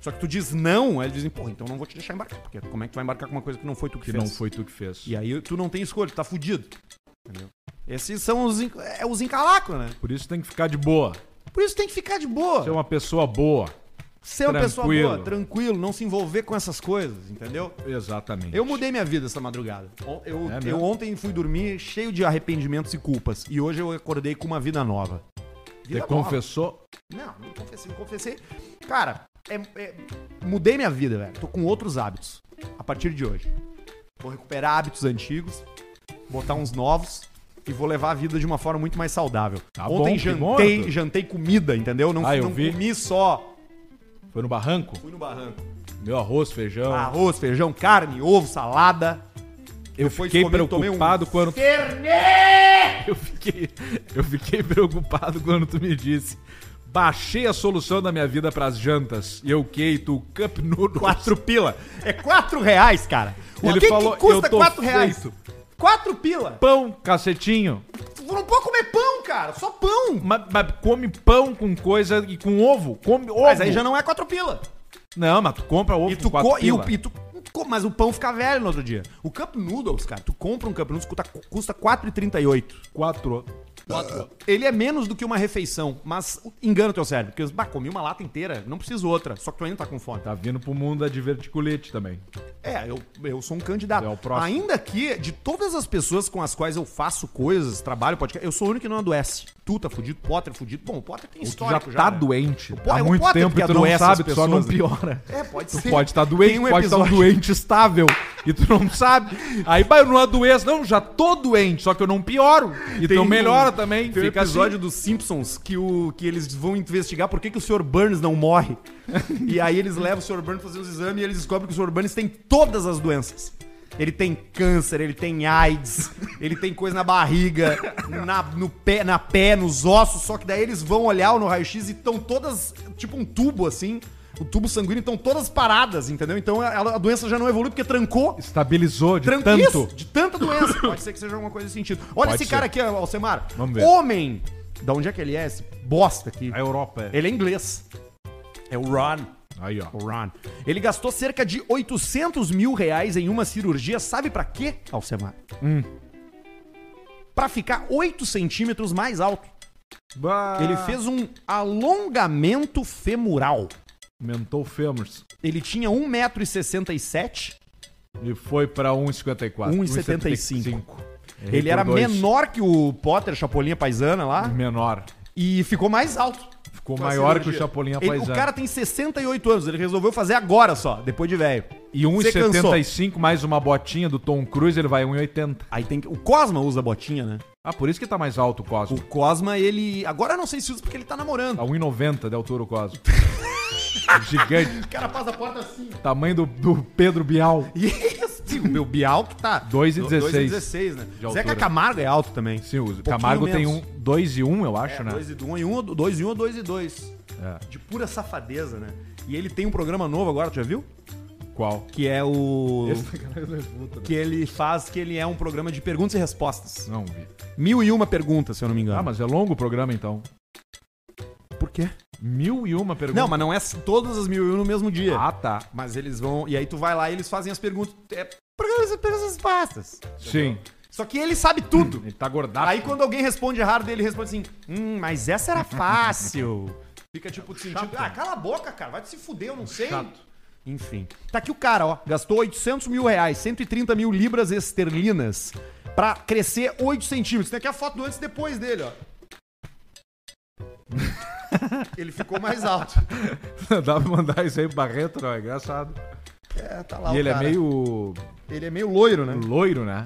Só que tu diz não, aí eles dizem, porra, então não vou te deixar embarcar. Porque como é que tu vai embarcar com uma coisa que não foi tu que, Que fez? não foi tu que fez. E aí tu não tem escolha, tu tá fudido. Entendeu? Esses são os, en- é, os encalacos, né? Por isso tem que ficar de boa. Por isso tem que ficar de boa. Ser uma pessoa boa. ser uma pessoa tranquilo. boa, tranquilo, não se envolver com essas coisas, entendeu? Exatamente. Eu mudei minha vida essa madrugada. On- Eu, É eu mesmo? ontem fui dormir cheio de arrependimentos e culpas. E hoje eu acordei com uma vida nova. Você Vida nova. confessou? Não, não confessei, não confessei. Cara, é- é- mudei minha vida, velho. Tô com outros hábitos a partir de hoje. Vou recuperar hábitos antigos, botar uns novos e vou levar a vida de uma forma muito mais saudável. Tá Ontem bom, que bom, jantei, Arthur. jantei comida, entendeu? Não, Ah, eu não vi. comi só. Foi no barranco? Fui no barranco. Meu arroz, feijão. Arroz, feijão, carne, ovo, salada. eu depois fiquei comi, tomei um preocupado quando Fernet! Eu fiquei, eu fiquei preocupado quando tu me disse. Baixei a solução da minha vida pras jantas. E eu queito o Cup Noodles. Quatro pila. É quatro reais, cara. O Ele que, falou, que custa eu tô quatro reais? feito. Quatro pila. Pão, cacetinho. Tu não pode comer é pão, cara. Só pão. Mas, mas come pão com coisa e com ovo. Come ovo. Mas aí já não é quatro pila. Não, mas tu compra ovo E com tu, quatro co e o, pila. e tu co- Mas o pão fica velho no outro dia. O Cup Noodles, cara, tu compra um Cup Noodles, custa, custa 4,38. Quatro. Ele é menos do que uma refeição, mas engana o teu cérebro. Porque, bah, comi uma lata inteira, não preciso outra. Só que tu ainda tá com fome. Tá vindo pro mundo da diverticulite também. É, eu, eu sou um candidato. É o próximo. Ainda que, de todas as pessoas com as quais eu faço coisas, trabalho, podcast, eu sou o único que não adoece. Tu tá fudido, Potter é fudido. Bom, o Potter tem Ou tu histórico já tá né? doente. O po- é Há o muito Potter tempo que e tu não adoece as sabe, tu só não pessoas, né? piora. É, pode Tu ser. pode estar doente, Tem um pode estar um episódio- doente estável e tu não sabe. Aí, bah, eu não é doença, não, já tô doente, só que eu não pioro. E Tem tu um- melhora também, Tem um fica episódio assim. dos Simpsons que, o, que eles vão investigar por que, que o Sr. Burns não morre. e aí eles levam o Sr. Burns fazer os exames e eles descobrem que o Sr. Burns tem todas as doenças. Ele tem câncer, ele tem AIDS, ele tem coisa na barriga, na, no pé, na pé, nos ossos, só que daí eles vão olhar no raio-x e estão todas, tipo um tubo assim, o tubo sanguíneo, estão todas paradas, entendeu? Então a, a doença já não evolui porque trancou. Estabilizou de Tranquilo, tanto. de tanta doença. Pode ser que seja alguma coisa nesse sentido. Olha Pode esse ser. cara aqui, Alcemar. Vamos ver. Homem. Da onde é que ele é? Esse bosta aqui. A Europa. é. Ele é inglês. É o Ron. Aí, ó. O Ron. Ele gastou cerca de 800 mil reais em uma cirurgia. Sabe pra quê, Alcemar? Hum. Pra ficar 8 centímetros mais alto. Ah. Ele fez um alongamento femoral. Aumentou o fêmur. Ele tinha 1,67m E foi pra 1,54. 1,75. Errei ele por era dois. Uhum. menor que o Potter, Chapolinha Paisana lá, Menor. e ficou mais alto. Ficou Com a maior que o cirurgia. Chapolin Ele- O Paisano. cara tem 68 anos, ele resolveu fazer agora só, depois de velho. E Você cansou. 1,75 mais uma botinha do Tom Cruise, ele vai 1,80. Aí tem que- O Cosma usa botinha, né? Ah, por isso que tá mais alto o Cosmo. O Cosma, ele. Agora eu não sei se usa porque ele tá namorando. A 1,90 de altura o Cosmo. Gigante. O cara passa a porta assim. Tamanho do, do Pedro Bial. Isso, o meu Bial que tá. 2,16. 2,16, né? De altura. Zeca Camargo é alto também. Sim, o Pouquinho Camargo tem menos. um 2 e 1, um, eu acho, É, né? 2 e 1 e 1, 2 e 1, 2 e 2. É. De pura safadeza, né? E ele tem um programa novo agora, tu já viu? Qual? Que é o. é Não Que ele faz, que ele é um programa de perguntas e respostas. vi. Mil e uma perguntas, se eu não me engano. Ah, mas é longo o programa então. por quê? Mil e uma perguntas. Não, mas não é s- todas as mil e uma no mesmo dia. Ah, tá. Mas eles vão. E aí tu vai lá e eles fazem as perguntas. É, perguntas e respostas. Sim. Só que ele sabe tudo. Ele tá gordado. Aí quando alguém responde errado, ele responde assim: Hum, mas essa era fácil. Fica tipo assim, tipo, ah, cala a boca, cara, vai te se fuder, eu não sei. Chato. Enfim. Tá aqui o cara, ó, gastou 800 mil reais, 130 mil libras esterlinas pra crescer 8 centímetros. Tem aqui a foto do antes e depois dele, ó. ele ficou mais alto. Dá pra mandar isso aí pro Barreto, não. É engraçado. É, tá lá e o ele cara. é meio Ele é meio loiro, né? loiro, né?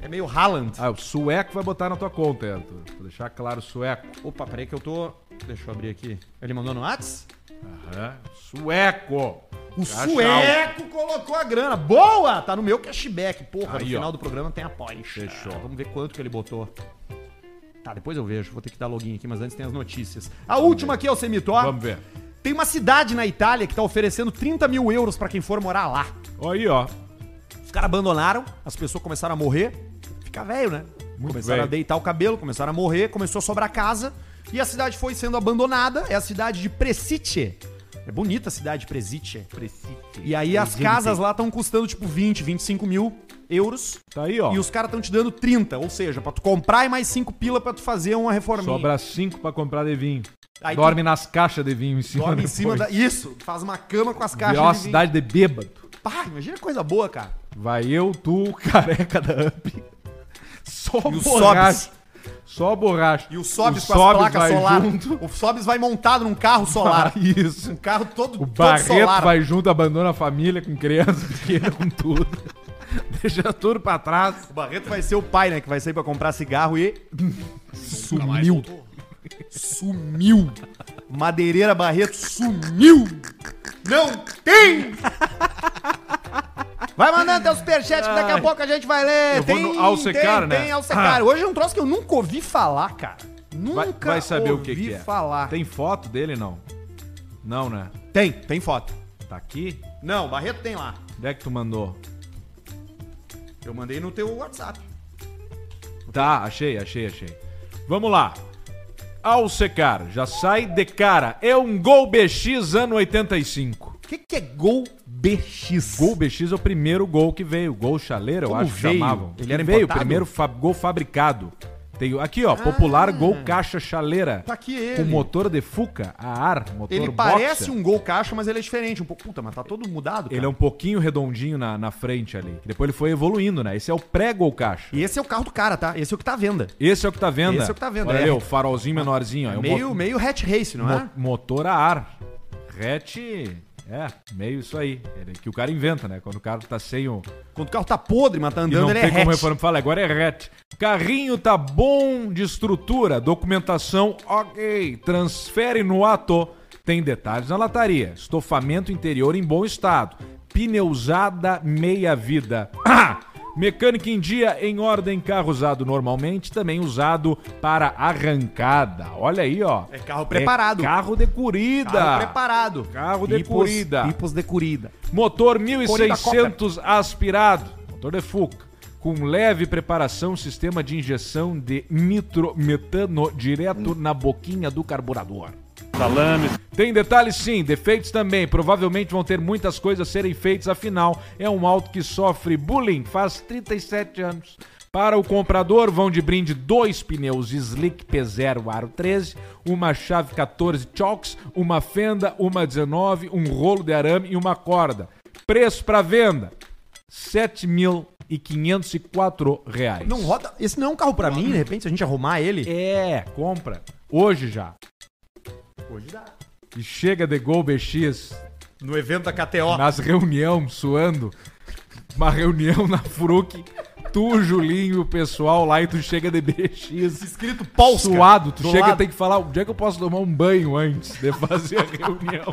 É meio Haaland. Ah, o sueco vai botar na tua conta, Arthur. Vou deixar claro o sueco. Opa, peraí que eu tô. Deixa eu abrir aqui. Ele mandou no Whats? Aham. Sueco! O Cachau. sueco colocou a grana. Boa! Tá no meu cashback. Porra, no Aí, ó. final do programa tem a pós. Fechou. Vamos ver quanto que ele botou. Tá, depois eu vejo. Vou ter que dar login aqui, mas antes tem as notícias. A última aqui é o Semitó. Vamos ver. Tem uma cidade na Itália que tá oferecendo 30 mil euros pra quem for morar lá. Aí, ó. Os caras abandonaram, as pessoas começaram a morrer. Fica velho, né? começaram velho. a deitar o cabelo, começaram a morrer, começou a sobrar casa. E a cidade foi sendo abandonada. É a cidade de Presice. É bonita a cidade de Presice. E aí as casas lá estão custando tipo 20, 25 mil euros. Tá aí, ó. E os caras estão te dando 30, ou seja, pra tu comprar e mais 5 pila pra tu fazer uma reforminha. Sobra cinco pra comprar de vinho. Aí Dorme nas caixas de vinho em cima. Dorme em depois. cima da. Isso, faz uma cama com as caixas. Virou né? uma de vinho. cidade de bêbado. Pá, imagina que coisa boa, cara. Vai eu, tu, o careca da UP. Só E o borracha. Só borracha. E o Sobis O com as Sobis placas vai solar. junto. Ah, O Sobis vai montado num carro solar. Isso. Um carro todo, O todo Barreto solar. vai junto, abandona a família com criança pequena, com tudo. Deixa tudo pra trás. O Barreto vai ser o pai, né? Que vai sair pra comprar cigarro e. Sumiu. Sumiu. Madeireira Barreto sumiu. Não tem! Vai mandando teu superchat que daqui a pouco a gente vai ler. Eu vou no Alcecar, tem, né? Tem Alcecar. Hoje é um troço que eu nunca ouvi falar, cara. Nunca Vai, vai saber o ouvi que, que é. falar. Tem foto dele, não? Não, né? tem, tem foto. Tá aqui? Não, Barreto tem lá. Onde é que tu mandou? Eu mandei no teu WhatsApp. Tá, achei, achei, achei. Vamos lá. Ao secar, já sai de cara. É um Gol BX ano 85. O que, que é Gol BX? Gol BX é o primeiro gol que veio. Gol chaleira, eu Como acho que veio? chamavam. Ele era veio, importado? primeiro fa- gol fabricado. Tem, aqui, ó, popular gol caixa chaleira. Ah. Tá aqui Com ele. motor de Fuca, a ar, motor Ele parece um gol caixa, mas ele é diferente. Um pouco. Puta, mas tá todo mudado. Cara. Ele é um pouquinho redondinho na, na frente ali. Depois ele foi evoluindo, né? Esse é o pré-gol caixa. E esse é o carro do cara, tá? Esse é o que tá à venda. Esse é o que tá à venda. Esse é o que tá à venda, Olha é. ali, o farolzinho menorzinho. Ó. É um meio, mo- meio hatch race, não é? mo- motor a ar. Hatch, é, meio isso aí. Ele- que o cara inventa, né? Quando o cara tá sem o... Quando o carro tá podre, mas tá E não andando, ele é tem como hatch. reformar. Fala, agora é hatch. Carrinho tá bom de estrutura, documentação ok. Transfere no ato. Tem detalhes na lataria. Estofamento interior em bom estado. Pneusada meia-vida. Ah! Mecânica em dia, em ordem, carro usado normalmente, também usado para arrancada. Olha aí, ó. É carro preparado. carro de corrida. Carro preparado. Carro de Tipos- corrida. Tipos de corrida. Motor Corrida 1600 aspirado, motor de Fuca, com leve preparação, sistema de injeção de nitrometano direto na boquinha do carburador. Salame. Tem detalhes sim, defeitos também. Provavelmente vão ter muitas coisas a serem feitas, afinal, é um auto que sofre bullying faz 37 anos. Para o comprador, vão de brinde dois pneus Slick P0 Aro 13, uma chave 14 Chocks, uma fenda, uma 19, um rolo de arame e uma corda. Preço para venda: R$ 7.000 e 504 reais. Não roda. Esse não é um carro pra mim, de repente, se a gente arrumar ele. É, compra. Hoje já. Hoje dá. E chega de Gol BX No evento da KTO. nas reunião, suando. Uma reunião na Fruc. Tu, o Julinho, e o pessoal lá e tu chega de BX. Escrito Paulska. Suado, tu do chega e lado. tem que falar onde é que eu posso tomar um banho antes de fazer a reunião.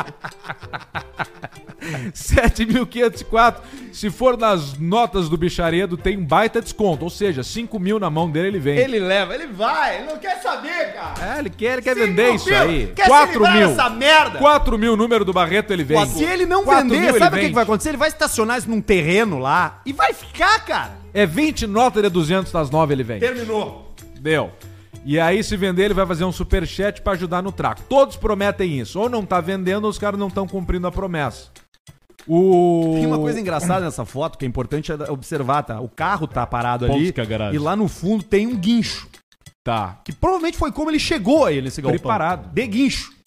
7.504. Se for nas notas do bicharedo, tem um baita desconto. Ou seja, 5 mil na mão dele ele vem. Ele leva, ele vai, ele não quer saber, cara. É, ele quer, ele quer Cinco vender isso mil, aí. Quer 4 4 se mil. mil. essa merda. 4 mil número do Barreto ele vende. Se ele não 4 mil, vender, ele sabe o que, vende. que vai acontecer? Ele vai estacionar isso num terreno lá e vai ficar, cara. É 20 nota de 200 das 9 ele vende. Terminou. Deu. E aí, se vender, ele vai fazer um superchat pra ajudar no traco. Todos prometem isso. Ou não tá vendendo, ou os caras não estão cumprindo a promessa. O. Tem uma coisa engraçada nessa foto que é importante observar, tá? O carro tá parado ali é Ponto que a garagem. e lá no fundo tem um guincho. Tá. Que provavelmente foi como ele chegou aí nesse galpão. Preparado. De guincho.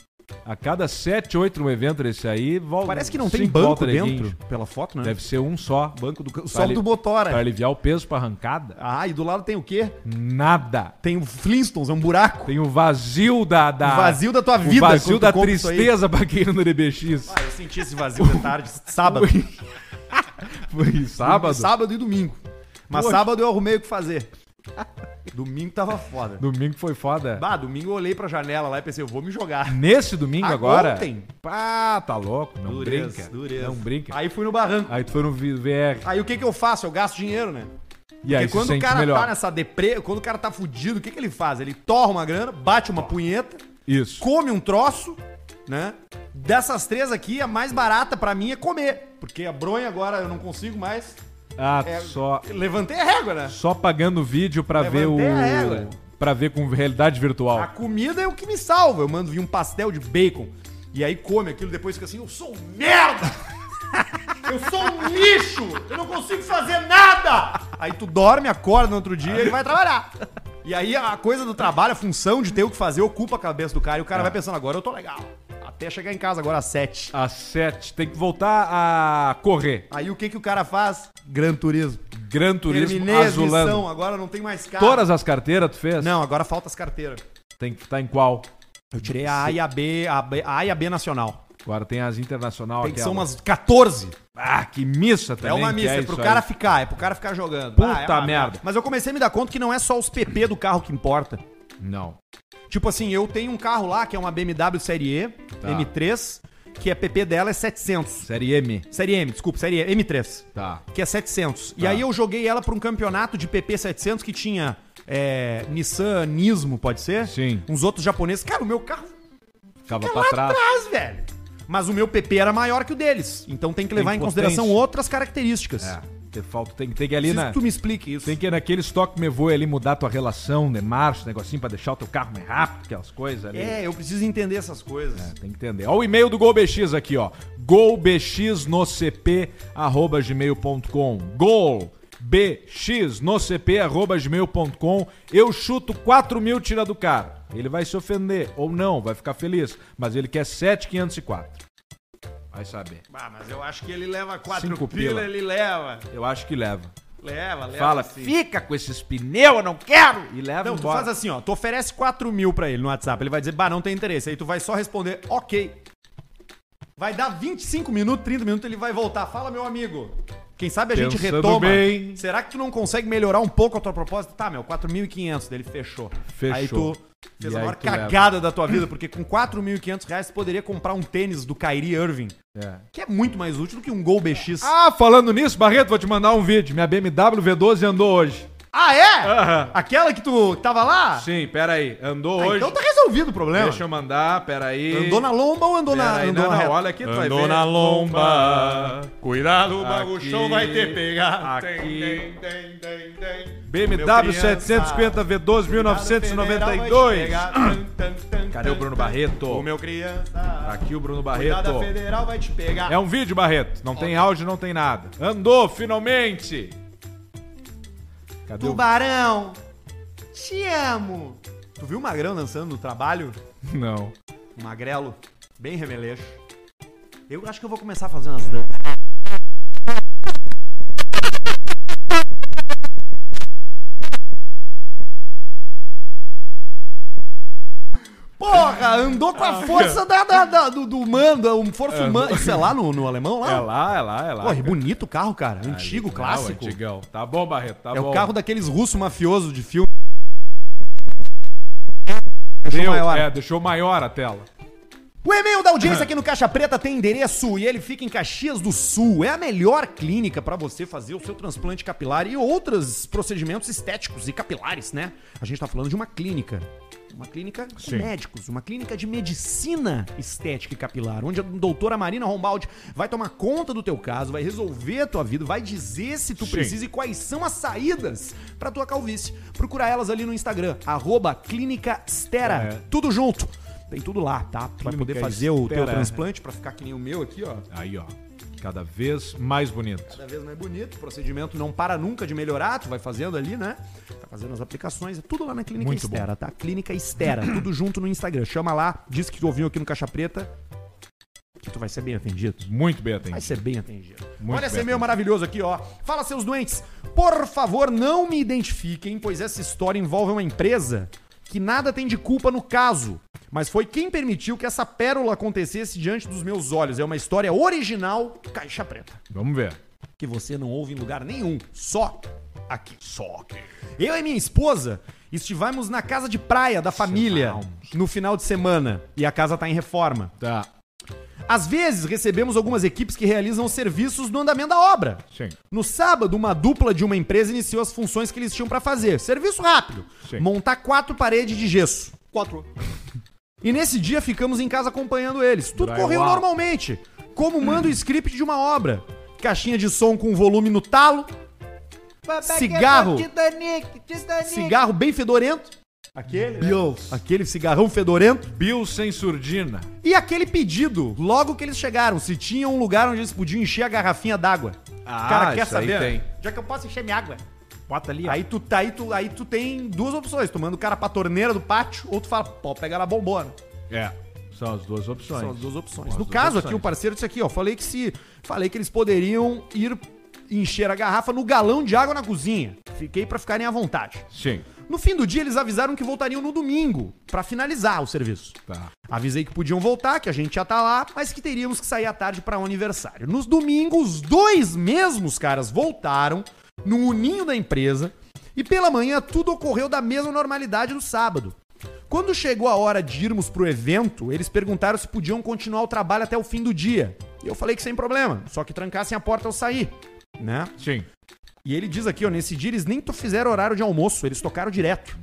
A cada 7, 8 um evento desse aí, volta. Parece que não tem cinco banco volta de dentro, guincho. pela foto, né? Deve ser um só. Banco do... Só Pra o ali- do Botora. Pra aliviar o peso pra arrancada? Ah, e do lado tem o quê? Nada. Tem o Flintstones, é um buraco. Tem o vazio da. da O vazio da tua vida. O vazio quando tu da compra isso aí. tristeza pra quem anda de BX. Ah, eu senti esse vazio de tarde, sábado. Foi sábado? Sábado e domingo. Mas Poxa. sábado eu arrumei o que fazer. Domingo tava foda. Domingo foi foda. Bah, domingo eu olhei pra janela lá e pensei, eu vou me jogar. Nesse domingo Ah, agora? ontem. Pá, tá louco. Não Dureza, brinca. dureza. Não brinca. Aí, Aí fui no barranco. tu foi no vi- VR. Aí o que que eu faço? Eu gasto dinheiro, né? E aí Porque tu quando o sente cara melhor. tá nessa deprê, quando o cara tá fudido, o que que ele faz? Ele torra uma grana, bate uma punheta, Isso. come um troço, né? Dessas três aqui, a mais barata pra mim é comer. Porque a bronha agora eu não consigo mais. Ah, É, só, Levantei a régua, né? só pagando vídeo pra ver o... Levantei a régua. Pra ver com realidade A virtual. comida é o que me salva. Eu mando vir um pastel de bacon. E aí come aquilo, depois fica assim, eu sou um merda! Eu sou um lixo! Eu não consigo fazer nada! Aí tu dorme, acorda no outro dia e vai trabalhar. E aí a coisa do trabalho, a função de ter o que fazer, ocupa a cabeça do cara e o cara vai pensando, agora eu tô legal. Até chegar em casa agora às sete. Às sete. Tem que voltar a correr. Aí o que que o cara faz? Gran Turismo. Gran Turismo Terminei a azulando. missão, agora não tem mais carro. Todas as carteiras tu fez? Não, agora falta as carteiras. Tem que estar em qual? Eu tirei a A e a B, a, B, a, a e a B nacional. Agora tem as internacional Tem que ser aquela. umas 14. Ah, que missa também. é uma que missa, é pro isso cara aí. ficar, é pro cara ficar jogando. Puta é uma merda. Mas eu comecei a me dar conta que não é só os PP do carro que importa. Não. Tipo assim, eu tenho um carro lá que é uma BMW Série E, Tá. M3, que é PP dela é 700. Série M. Série M, desculpa, Série E, M3, Tá. que é 700. E Tá. aí eu joguei ela pra um campeonato de PP 700 que tinha é, Nissan Nismo, pode ser? Sim. Uns outros japoneses. Cara, o meu carro Ficava fica pra lá trás. atrás, velho. Mas o meu PP era maior que o deles. Então tem que levar em potência. consideração outras características. É, ter falta, tem que ter que ir ali Preciso na. que tu me explique isso. Tem que ir naquele estoque me voe ali mudar tua relação de marcha, negocinho pra deixar o teu carro mais rápido, aquelas coisas ali. É, eu preciso entender essas coisas. É, Tem que entender. Ó, o e-mail do GolBX aqui, ó. golbxnocp@gmail.com. golbxnocp@gmail.com. Eu chuto 4 mil tira do cara. Ele vai se ofender ou não, vai ficar feliz, mas ele quer 7,504. Vai saber. Ah, mas eu acho que ele leva quatro Cinco pila, pila. ele leva. Eu acho que leva. Leva, leva. Fala, sim. fica com esses pneus, eu não quero! E leva Não, tu embora. faz assim, ó. Tu oferece 4 mil pra ele no WhatsApp. Ele vai dizer, bah, não tem interesse. Aí tu vai só responder, ok. Vai dar 25 minutos, 30 minutos, ele vai voltar. Fala, meu amigo. Quem sabe a gente Pensando retoma. bem. Será que tu não consegue melhorar um pouco a tua proposta? Tá, meu, 4.500 dele, fechou. Fechou. Aí tu fez E a aí maior tu leva. cagada da tua vida, porque com 4.500 reais tu poderia comprar um tênis do Kyrie Irving, É. que é muito mais útil do que um Gol BX. Ah, falando nisso, Barreto, vou te mandar um vídeo. Minha BMW V12 andou hoje. Ah, é? Aham. Aquela que tu tava lá? Sim, pera aí. Andou Ah, hoje. então tá resolvido o problema. Deixa eu mandar, pera aí. Andou na lomba ou andou Pera na. aí, andou não, na não, reta? olha aqui, tu vai ver. Andou na lomba. Cuidado, o baguchão baguchão vai vai te ter pegar. Aqui. Tem, tem, tem, tem, tem. BMW 750 V12 1992. Hum. Cadê o Bruno Barreto? O meu criança. Aqui o Bruno Cuidado, a Barreto. federal vai te pegar. É um vídeo, Barreto. Não tem áudio, não tem nada. Andou, finalmente. Cadê o... Tubarão, te amo. Tu viu o Magrão dançando no trabalho? Não. O Magrelo, bem remeleixo. Eu acho que eu vou começar fazendo as danças. Porra, andou com a força da, da- da- do, do mando, um força humana. Isso é lá no, no alemão? Lá? É lá, é lá, é lá. Porra, é bonito o carro, cara. Antigo, Não, clássico. antigão. Tá bom, Barreto, tá é bom. o carro daqueles russos mafiosos de filme. Deixa Deu, eu maior. É, deixou maior a tela. O e-mail da audiência aqui no Caixa Preta tem endereço e ele fica em Caxias do Sul. É a melhor clínica para você fazer o seu transplante capilar e outros procedimentos estéticos e capilares, né? A gente tá falando de uma clínica. Uma clínica com médicos, uma clínica de medicina estética e capilar, onde a doutora Marina Rombaldi vai tomar conta do teu caso, vai resolver a tua vida, vai dizer se tu Sim. precisa e quais são as saídas pra tua calvície. Procura elas ali no Instagram, arroba Clínica Stera, É. tudo junto. Tem tudo lá, tá? Tu vai Clínica poder fazer o teu Estera. transplante pra ficar que nem o meu aqui, ó. Aí, ó. Cada vez mais bonito. Cada vez mais bonito, o procedimento não para nunca de melhorar, tu vai fazendo ali, né? Tá fazendo as aplicações, é tudo lá na Clínica Muito Estera, tá? Clínica Estera, tudo junto no Instagram. Chama lá, diz que tu ouviu aqui no Caixa Preta, que tu vai ser bem atendido. Muito bem Vai atendido. ser é bem atendido. Muito Olha esse bem e-mail atendido. maravilhoso aqui, ó. Fala, seus doentes. Por favor, não me identifiquem, pois essa história envolve uma empresa que nada tem de culpa no caso. Mas foi quem permitiu que essa pérola acontecesse diante dos meus olhos. É uma história original, caixa preta Vamos ver. que você não ouve em lugar nenhum, só aqui. Só aqui. Eu e minha esposa estivemos na casa de praia da família no final de semana e a casa tá em reforma. Tá. Às vezes recebemos algumas equipes que realizam os serviços no andamento da obra. Sim. No sábado, uma dupla de uma empresa iniciou as funções que eles tinham pra fazer. Serviço rápido. Sim. Montar quatro paredes de gesso. Quatro. E nesse dia ficamos em casa acompanhando eles. Tudo Drywall. correu normalmente, como manda o script de uma obra. Caixinha de som com volume no talo, Cigarro. Titanic, Titanic. cigarro bem fedorento, Aquele? Bills. aquele cigarrão fedorento, Bills sem surdina. e aquele pedido, logo que eles chegaram, se tinha um lugar onde eles podiam encher a garrafinha d'água. Ah, o cara quer isso aí saber? tem. Já que eu posso encher minha água. Bota ali. Aí tu, tá- aí, tu, aí tu tem duas opções. Tu manda o cara pra torneira do pátio, ou tu fala, pô, pega na bombona. É. São as duas opções. São as duas opções. As no duas caso opções. aqui, o parceiro disse aqui, ó. Falei que se. Falei que eles poderiam ir encher a garrafa no galão de água na cozinha. Fiquei pra ficarem à vontade. Sim. No fim do dia, eles avisaram que voltariam no domingo pra finalizar o serviço. Tá. Avisei que podiam voltar, que a gente ia estar lá, mas que teríamos que sair à tarde para um aniversário. Nos domingos, os dois mesmos caras voltaram no uninho da empresa e pela manhã tudo ocorreu da mesma normalidade no sábado. Quando chegou a hora de irmos pro evento, eles perguntaram se podiam continuar o trabalho até o fim do dia. E eu falei que sem problema, só que trancassem a porta ao sair, né? Sim. E ele diz aqui, ó, nesse dia eles nem to- fizeram horário de almoço, eles tocaram direto.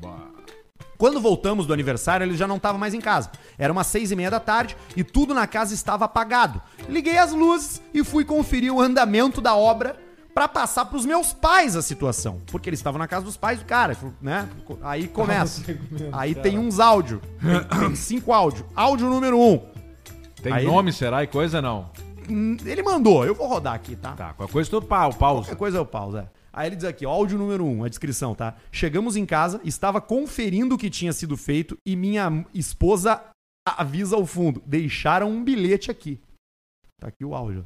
Quando voltamos do aniversário, ele já não estava mais em casa. Era umas seis e meia da tarde e tudo na casa estava apagado. Liguei as luzes e fui conferir o andamento da obra pra passar pros meus pais a situação. Porque eles estavam na casa dos pais do cara, né? Aí começa. Aí tem uns áudios. Tem, tem cinco áudios. Áudio número um. Tem Aí nome, será? E coisa não. Hum, Ele mandou, eu vou rodar aqui, tá? Tá. Com a coisa do pau, pausa. Qualquer coisa eu pausa. é. Aí ele diz aqui, ó, áudio número 1, um, a descrição, tá? Chegamos em casa, estava conferindo o que tinha sido feito e minha esposa a- avisa ao fundo, deixaram um bilhete aqui. Tá aqui o áudio.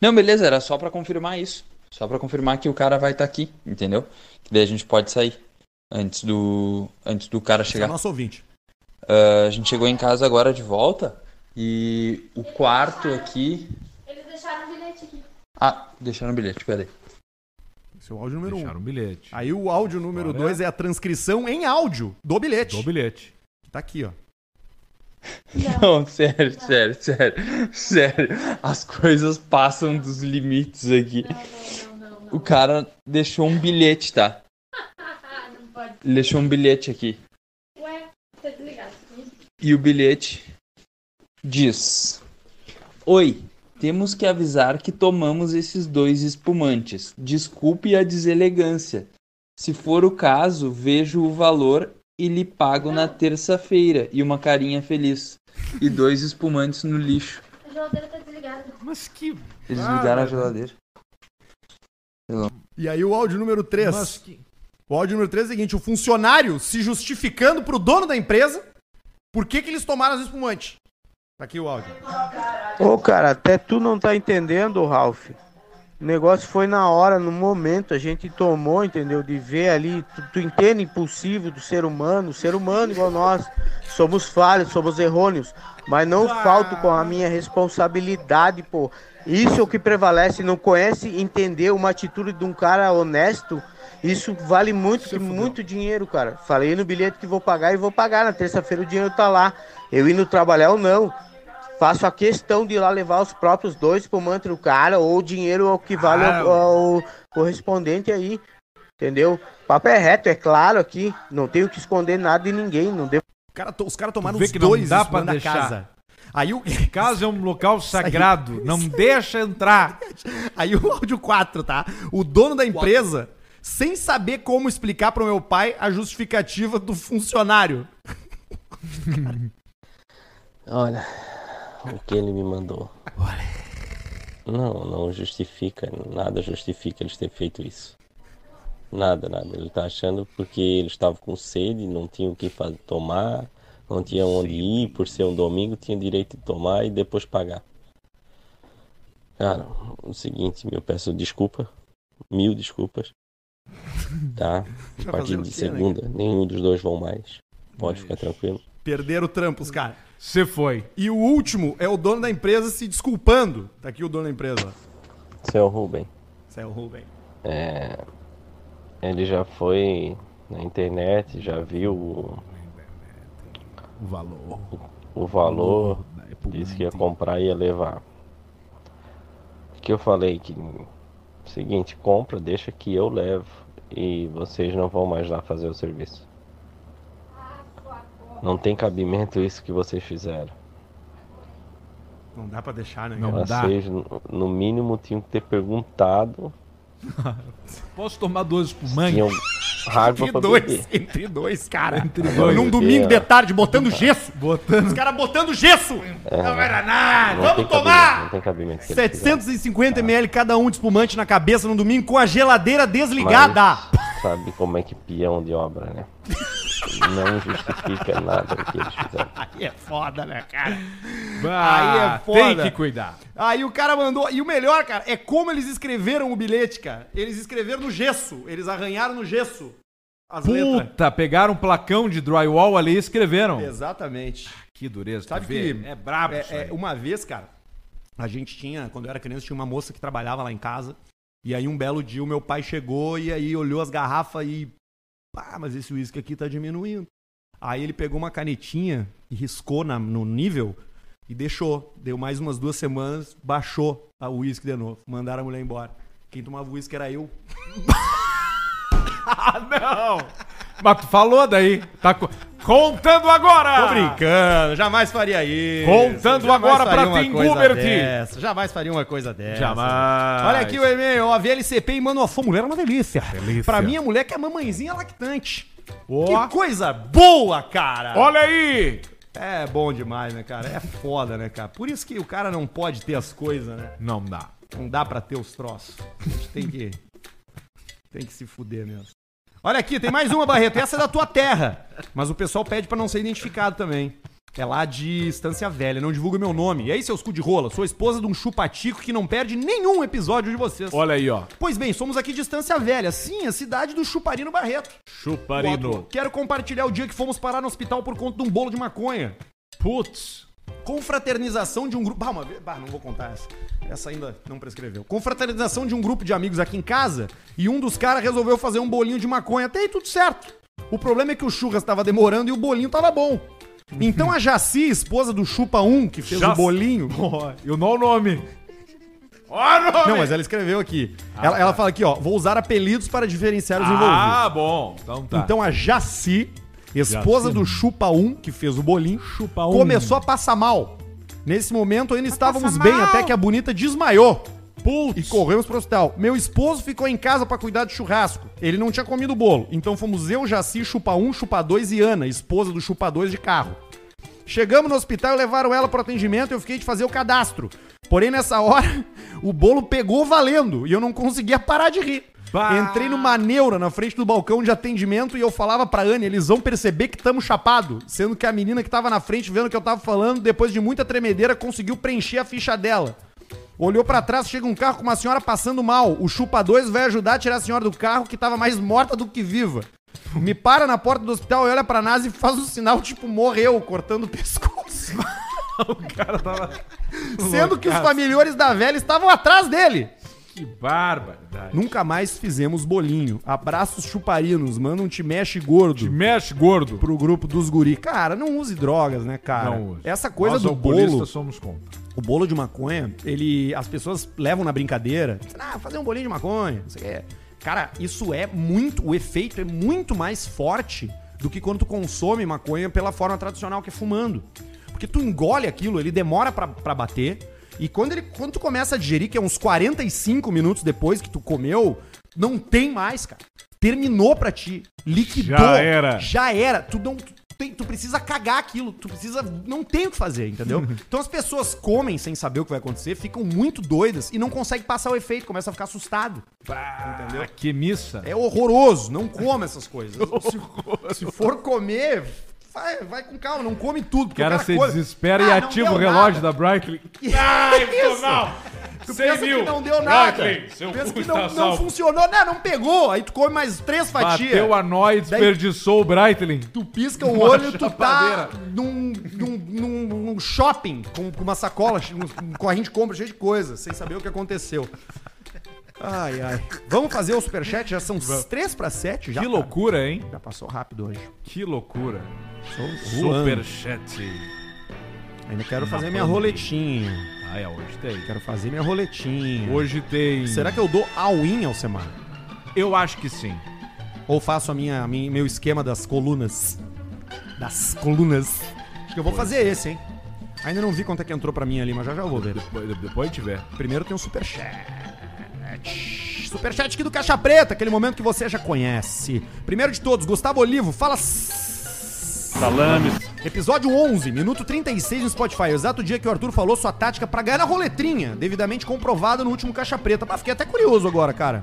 Não, beleza, era só pra confirmar isso. Só pra confirmar que o cara vai estar aqui, entendeu? Que daí a gente pode sair antes do antes do cara Esse é o chegar. nosso ouvinte. Ah, a gente chegou em casa agora de volta e o quarto aqui. Eles deixaram o bilhete aqui. Ah, deixaram o bilhete, peraí. Esse é o áudio número 1. Um. Deixaram um bilhete. Aí o áudio número Agora é. 2 é a transcrição em áudio do bilhete. Do bilhete. Tá aqui, ó. Não, sério, sério, sério, sério. As coisas passam dos limites aqui. Não, não, não, não. O cara deixou um bilhete, tá? Ah, não pode. Ele deixou um bilhete aqui. Ué, tá desligado. E o bilhete diz: Oi, temos que avisar que tomamos esses dois espumantes. Desculpe a deselegância. Se for o caso, vejo o valor e lhe pago na terça-feira. E uma carinha feliz. E dois espumantes no lixo. A geladeira tá desligada. Mas que. Eles ligaram a geladeira. E aí o áudio número 3. Mas que. O áudio número 3 é o seguinte, o funcionário se justificando pro dono da empresa por que que eles tomaram as espumantes. Tá aqui o áudio. Ô, cara, até tu não tá entendendo, Ralph. O negócio foi na hora, no momento, a gente tomou, entendeu? De ver ali, tu, tu entende o impulsivo do ser humano, o ser humano igual nós, somos falhos, somos errôneos, mas não falto com a minha responsabilidade, pô. Isso é o que prevalece, não conhece, entender uma atitude de um cara honesto, isso vale muito, que muito dinheiro, cara. Falei no bilhete que vou pagar e vou pagar, na terça-feira o dinheiro tá lá. Eu indo trabalhar ou não, Faço a questão de ir lá levar os próprios dois pro mantra do cara, ou o dinheiro ao que vale ao, ao correspondente aí. Entendeu? O papo é reto, é claro aqui. Não tenho que esconder nada de ninguém. Não devo Cara, to- os caras tomaram Vê os que não dois em dá cima pra deixar. Aí o, Casa é um local sagrado, não deixa entrar. aí o áudio 4, tá? O dono da empresa, sem saber como explicar pro meu pai a justificativa do funcionário. Olha o que ele me mandou. Não, não justifica, nada justifica eles ter feito isso. Nada, nada. Ele tá achando porque eles estavam com sede, não tinham o que fazer, tomar, não tinham onde ir, por ser um domingo, tinha direito de tomar e depois pagar. Cara, o seguinte, eu peço desculpa, mil desculpas, tá? A fazer partir o de quê, né, segunda, nenhum dos dois vão mais. Pode ficar tranquilo. Perderam o trampo, os caras. Você foi. E o último é o dono da empresa se desculpando. Tá aqui o dono da empresa. ó. Seu Rubem. Esse é o Rubem. Ele já foi na internet, já viu o, O valor. o valor, disse que ia comprar e ia levar. Que eu falei que seguinte, compra, deixa que eu levo e vocês não vão mais lá fazer o serviço. Não tem cabimento isso que vocês fizeram. Não dá pra deixar, né? Não. cara? dá. Vocês no- no mínimo tinham que ter perguntado Posso tomar duas se espumantes? tinham água Entre pra dois, beber. entre dois, cara. Entre dois. Num domingo de tarde, botando gesso. Os caras botando gesso. É. Não era nada. Não tem Vamos tomar! cabimento, não tem cabimento. o que eles fizeram. 750 ml cada um de espumante na cabeça no domingo com a geladeira desligada. Mas sabe como é que peão de obra, né? Não justifica nada o que eles fizeram. Aí é foda, né, cara? Bah, Aí é foda. Tem que cuidar. Aí o cara mandou. E o melhor, cara, é como eles escreveram o bilhete, cara. Eles escreveram no gesso. Eles arranharam no gesso as letras. Puta, pegaram um placão de drywall ali e escreveram. Exatamente. Que dureza, Sabe tá vendo? que É brabo é- isso é, aí. Uma vez, cara, a gente tinha, quando eu era criança, tinha uma moça que trabalhava lá em casa. E aí um belo dia o meu pai chegou e aí olhou as garrafas e... Pá, mas esse uísque aqui tá diminuindo. Aí ele pegou uma canetinha e riscou na- no nível e deixou. Deu mais umas duas semanas, baixou a uísque de novo. Mandaram a mulher embora. Quem tomava uísque era eu. Ah, não! Mas tu falou daí. Tá co- contando Tô agora! brincando, jamais faria isso. Tá. Contando Jamais agora faria pra uma Tim coisa Gubert. dessa, Jamais faria uma coisa dessa. Jamais. Olha aqui o e-mail, ó, VLCP e mano, a sua mulher é uma delícia. Pra mim, a mulher que é mamãezinha lactante. Ó. Que coisa boa, cara. Olha aí! É bom demais, né, cara? É foda, né, cara? Por isso que o cara não pode ter as coisas, né? Não dá. Não dá pra ter os troços. A gente tem que. Tem que se fuder mesmo. Olha aqui, tem mais uma, Barreto. Essa é da tua terra. Mas o pessoal pede pra não ser identificado também. É lá de Estância Velha, não divulga meu nome. E aí, seus cu de rola, sou esposa de um chupatico que não perde nenhum episódio de vocês. Olha aí, ó. Pois bem, somos aqui de Estância Velha, sim, a cidade do Chuparino Barreto. Chuparino. Quero compartilhar o dia que fomos parar no hospital por conta de um bolo de maconha. Putz. Confraternização de um grupo. Ah, uma vez. Bah, não vou contar essa. Essa ainda não prescreveu. Confraternização de um grupo de amigos aqui em casa e um dos caras resolveu fazer um bolinho de maconha. Até aí tudo certo. O problema é que o churras tava demorando e o bolinho tava bom. Então a Jaci, esposa do Chupa 1, que fez o Jaci. bolinho. Eu não o nome. Não, é mas ela escreveu aqui. ela, ela fala aqui, ó. Vou usar apelidos para diferenciar os envolvidos. tá. Ah, bom. Então tá. Então a Jaci, esposa do Chupa 1, que fez o bolinho, Chupa um. começou a passar mal. Nesse momento ainda estávamos bem, até que a bonita desmaiou. E Putz. corremos pro hospital. Meu esposo ficou em casa pra cuidar do churrasco. Ele não tinha comido o bolo. Então fomos eu, Jaci, Chupa 1, Chupa 2 e Ana, esposa do Chupa 2 de carro. Chegamos no hospital e levaram ela pro atendimento e eu fiquei de fazer o cadastro. Porém, nessa hora, o bolo pegou valendo e eu não conseguia parar de rir. Bah. Entrei numa neura na frente do balcão de atendimento e eu falava pra Anne, eles vão perceber que tamo chapado. Sendo que a menina que tava na frente, vendo o que eu tava falando, depois de muita tremedeira, conseguiu preencher a ficha dela. Olhou pra trás, chega um carro com uma senhora passando mal. O chupa 2 vai ajudar a tirar a senhora do carro que tava mais morta do que viva. Me para na porta do hospital e olha pra NASA e faz um sinal tipo morreu, cortando o pescoço. O cara tava. Sendo que os familiares da velha estavam atrás dele. Que barbaridade. Nunca mais fizemos bolinho. Abraços chuparinos, manda um te mexe gordo. Te mexe, gordo. Pro grupo dos guri. Cara, não use drogas, né, cara? Não use. Essa coisa Nós, do alcoolistas, bolo. somos contra. O bolo de maconha, ele. As pessoas levam na brincadeira. Ah, fazer um bolinho de maconha, não sei o quê. Cara, isso é muito. O efeito é muito mais forte do que quando tu consome maconha pela forma tradicional que é fumando. Porque tu engole aquilo, ele demora pra, pra bater. E quando, ele, quando tu começa a digerir, que é uns 45 minutos depois que tu comeu, não tem mais, cara. Terminou pra ti. Liquidou. Já era. Já era. Tu não. Tu, tem- tu precisa cagar aquilo, tu precisa. Não tem o que fazer, Uhum. entendeu? Então as pessoas comem sem saber o que vai acontecer, ficam muito doidas e não conseguem passar o efeito, começa a ficar assustado. Entendeu? Ah, Que missa. É horroroso, não coma essas coisas. Se, se for comer, vai, vai com calma, não come tudo. O porque cara se come- desespera e Ah, não ativa o deu relógio nada. da Brightly. Ai, ficou mal. é Tu 100 pensa que mil. não deu nada. Franklin, seu pensa cu que está não, não salvo. funcionou. né? Não, não pegou. Aí tu come mais três fatias. Bateu a nó e desperdiçou o Brightling. Tu pisca o Uma olho, tu tá chapadeira. num, num, num- num shopping com, com uma sacola, um, um corrente de compra cheio de coisa, sem saber o que aconteceu. Ai, ai. Vamos fazer o superchat? Já são três para sete Já, Que cara. loucura, hein? Já passou rápido hoje. Que loucura. um Super. Superchat. Ainda quero fazer minha roletinha. Ah, é, hoje tem. Quero fazer minha roletinha. Hoje tem. Será que eu dou all-in ao semana? Eu acho que sim. Ou faço a minha, a minha- meu esquema das colunas? Das colunas. Acho que eu vou é. fazer esse, hein? Ainda não vi quanto é que entrou pra mim ali, mas já já vou ver. Depois, depois tiver. Primeiro tem um superchat. Superchat aqui do Caixa Preta, aquele momento que você já conhece. Primeiro de todos, Gustavo Olivo, fala. Salames. Episódio 11, minuto 36 no Spotify. O exato dia que o Arthur falou sua tática pra ganhar na roletrinha, devidamente comprovada no último Caixa Preta. Mas fiquei até curioso agora, cara.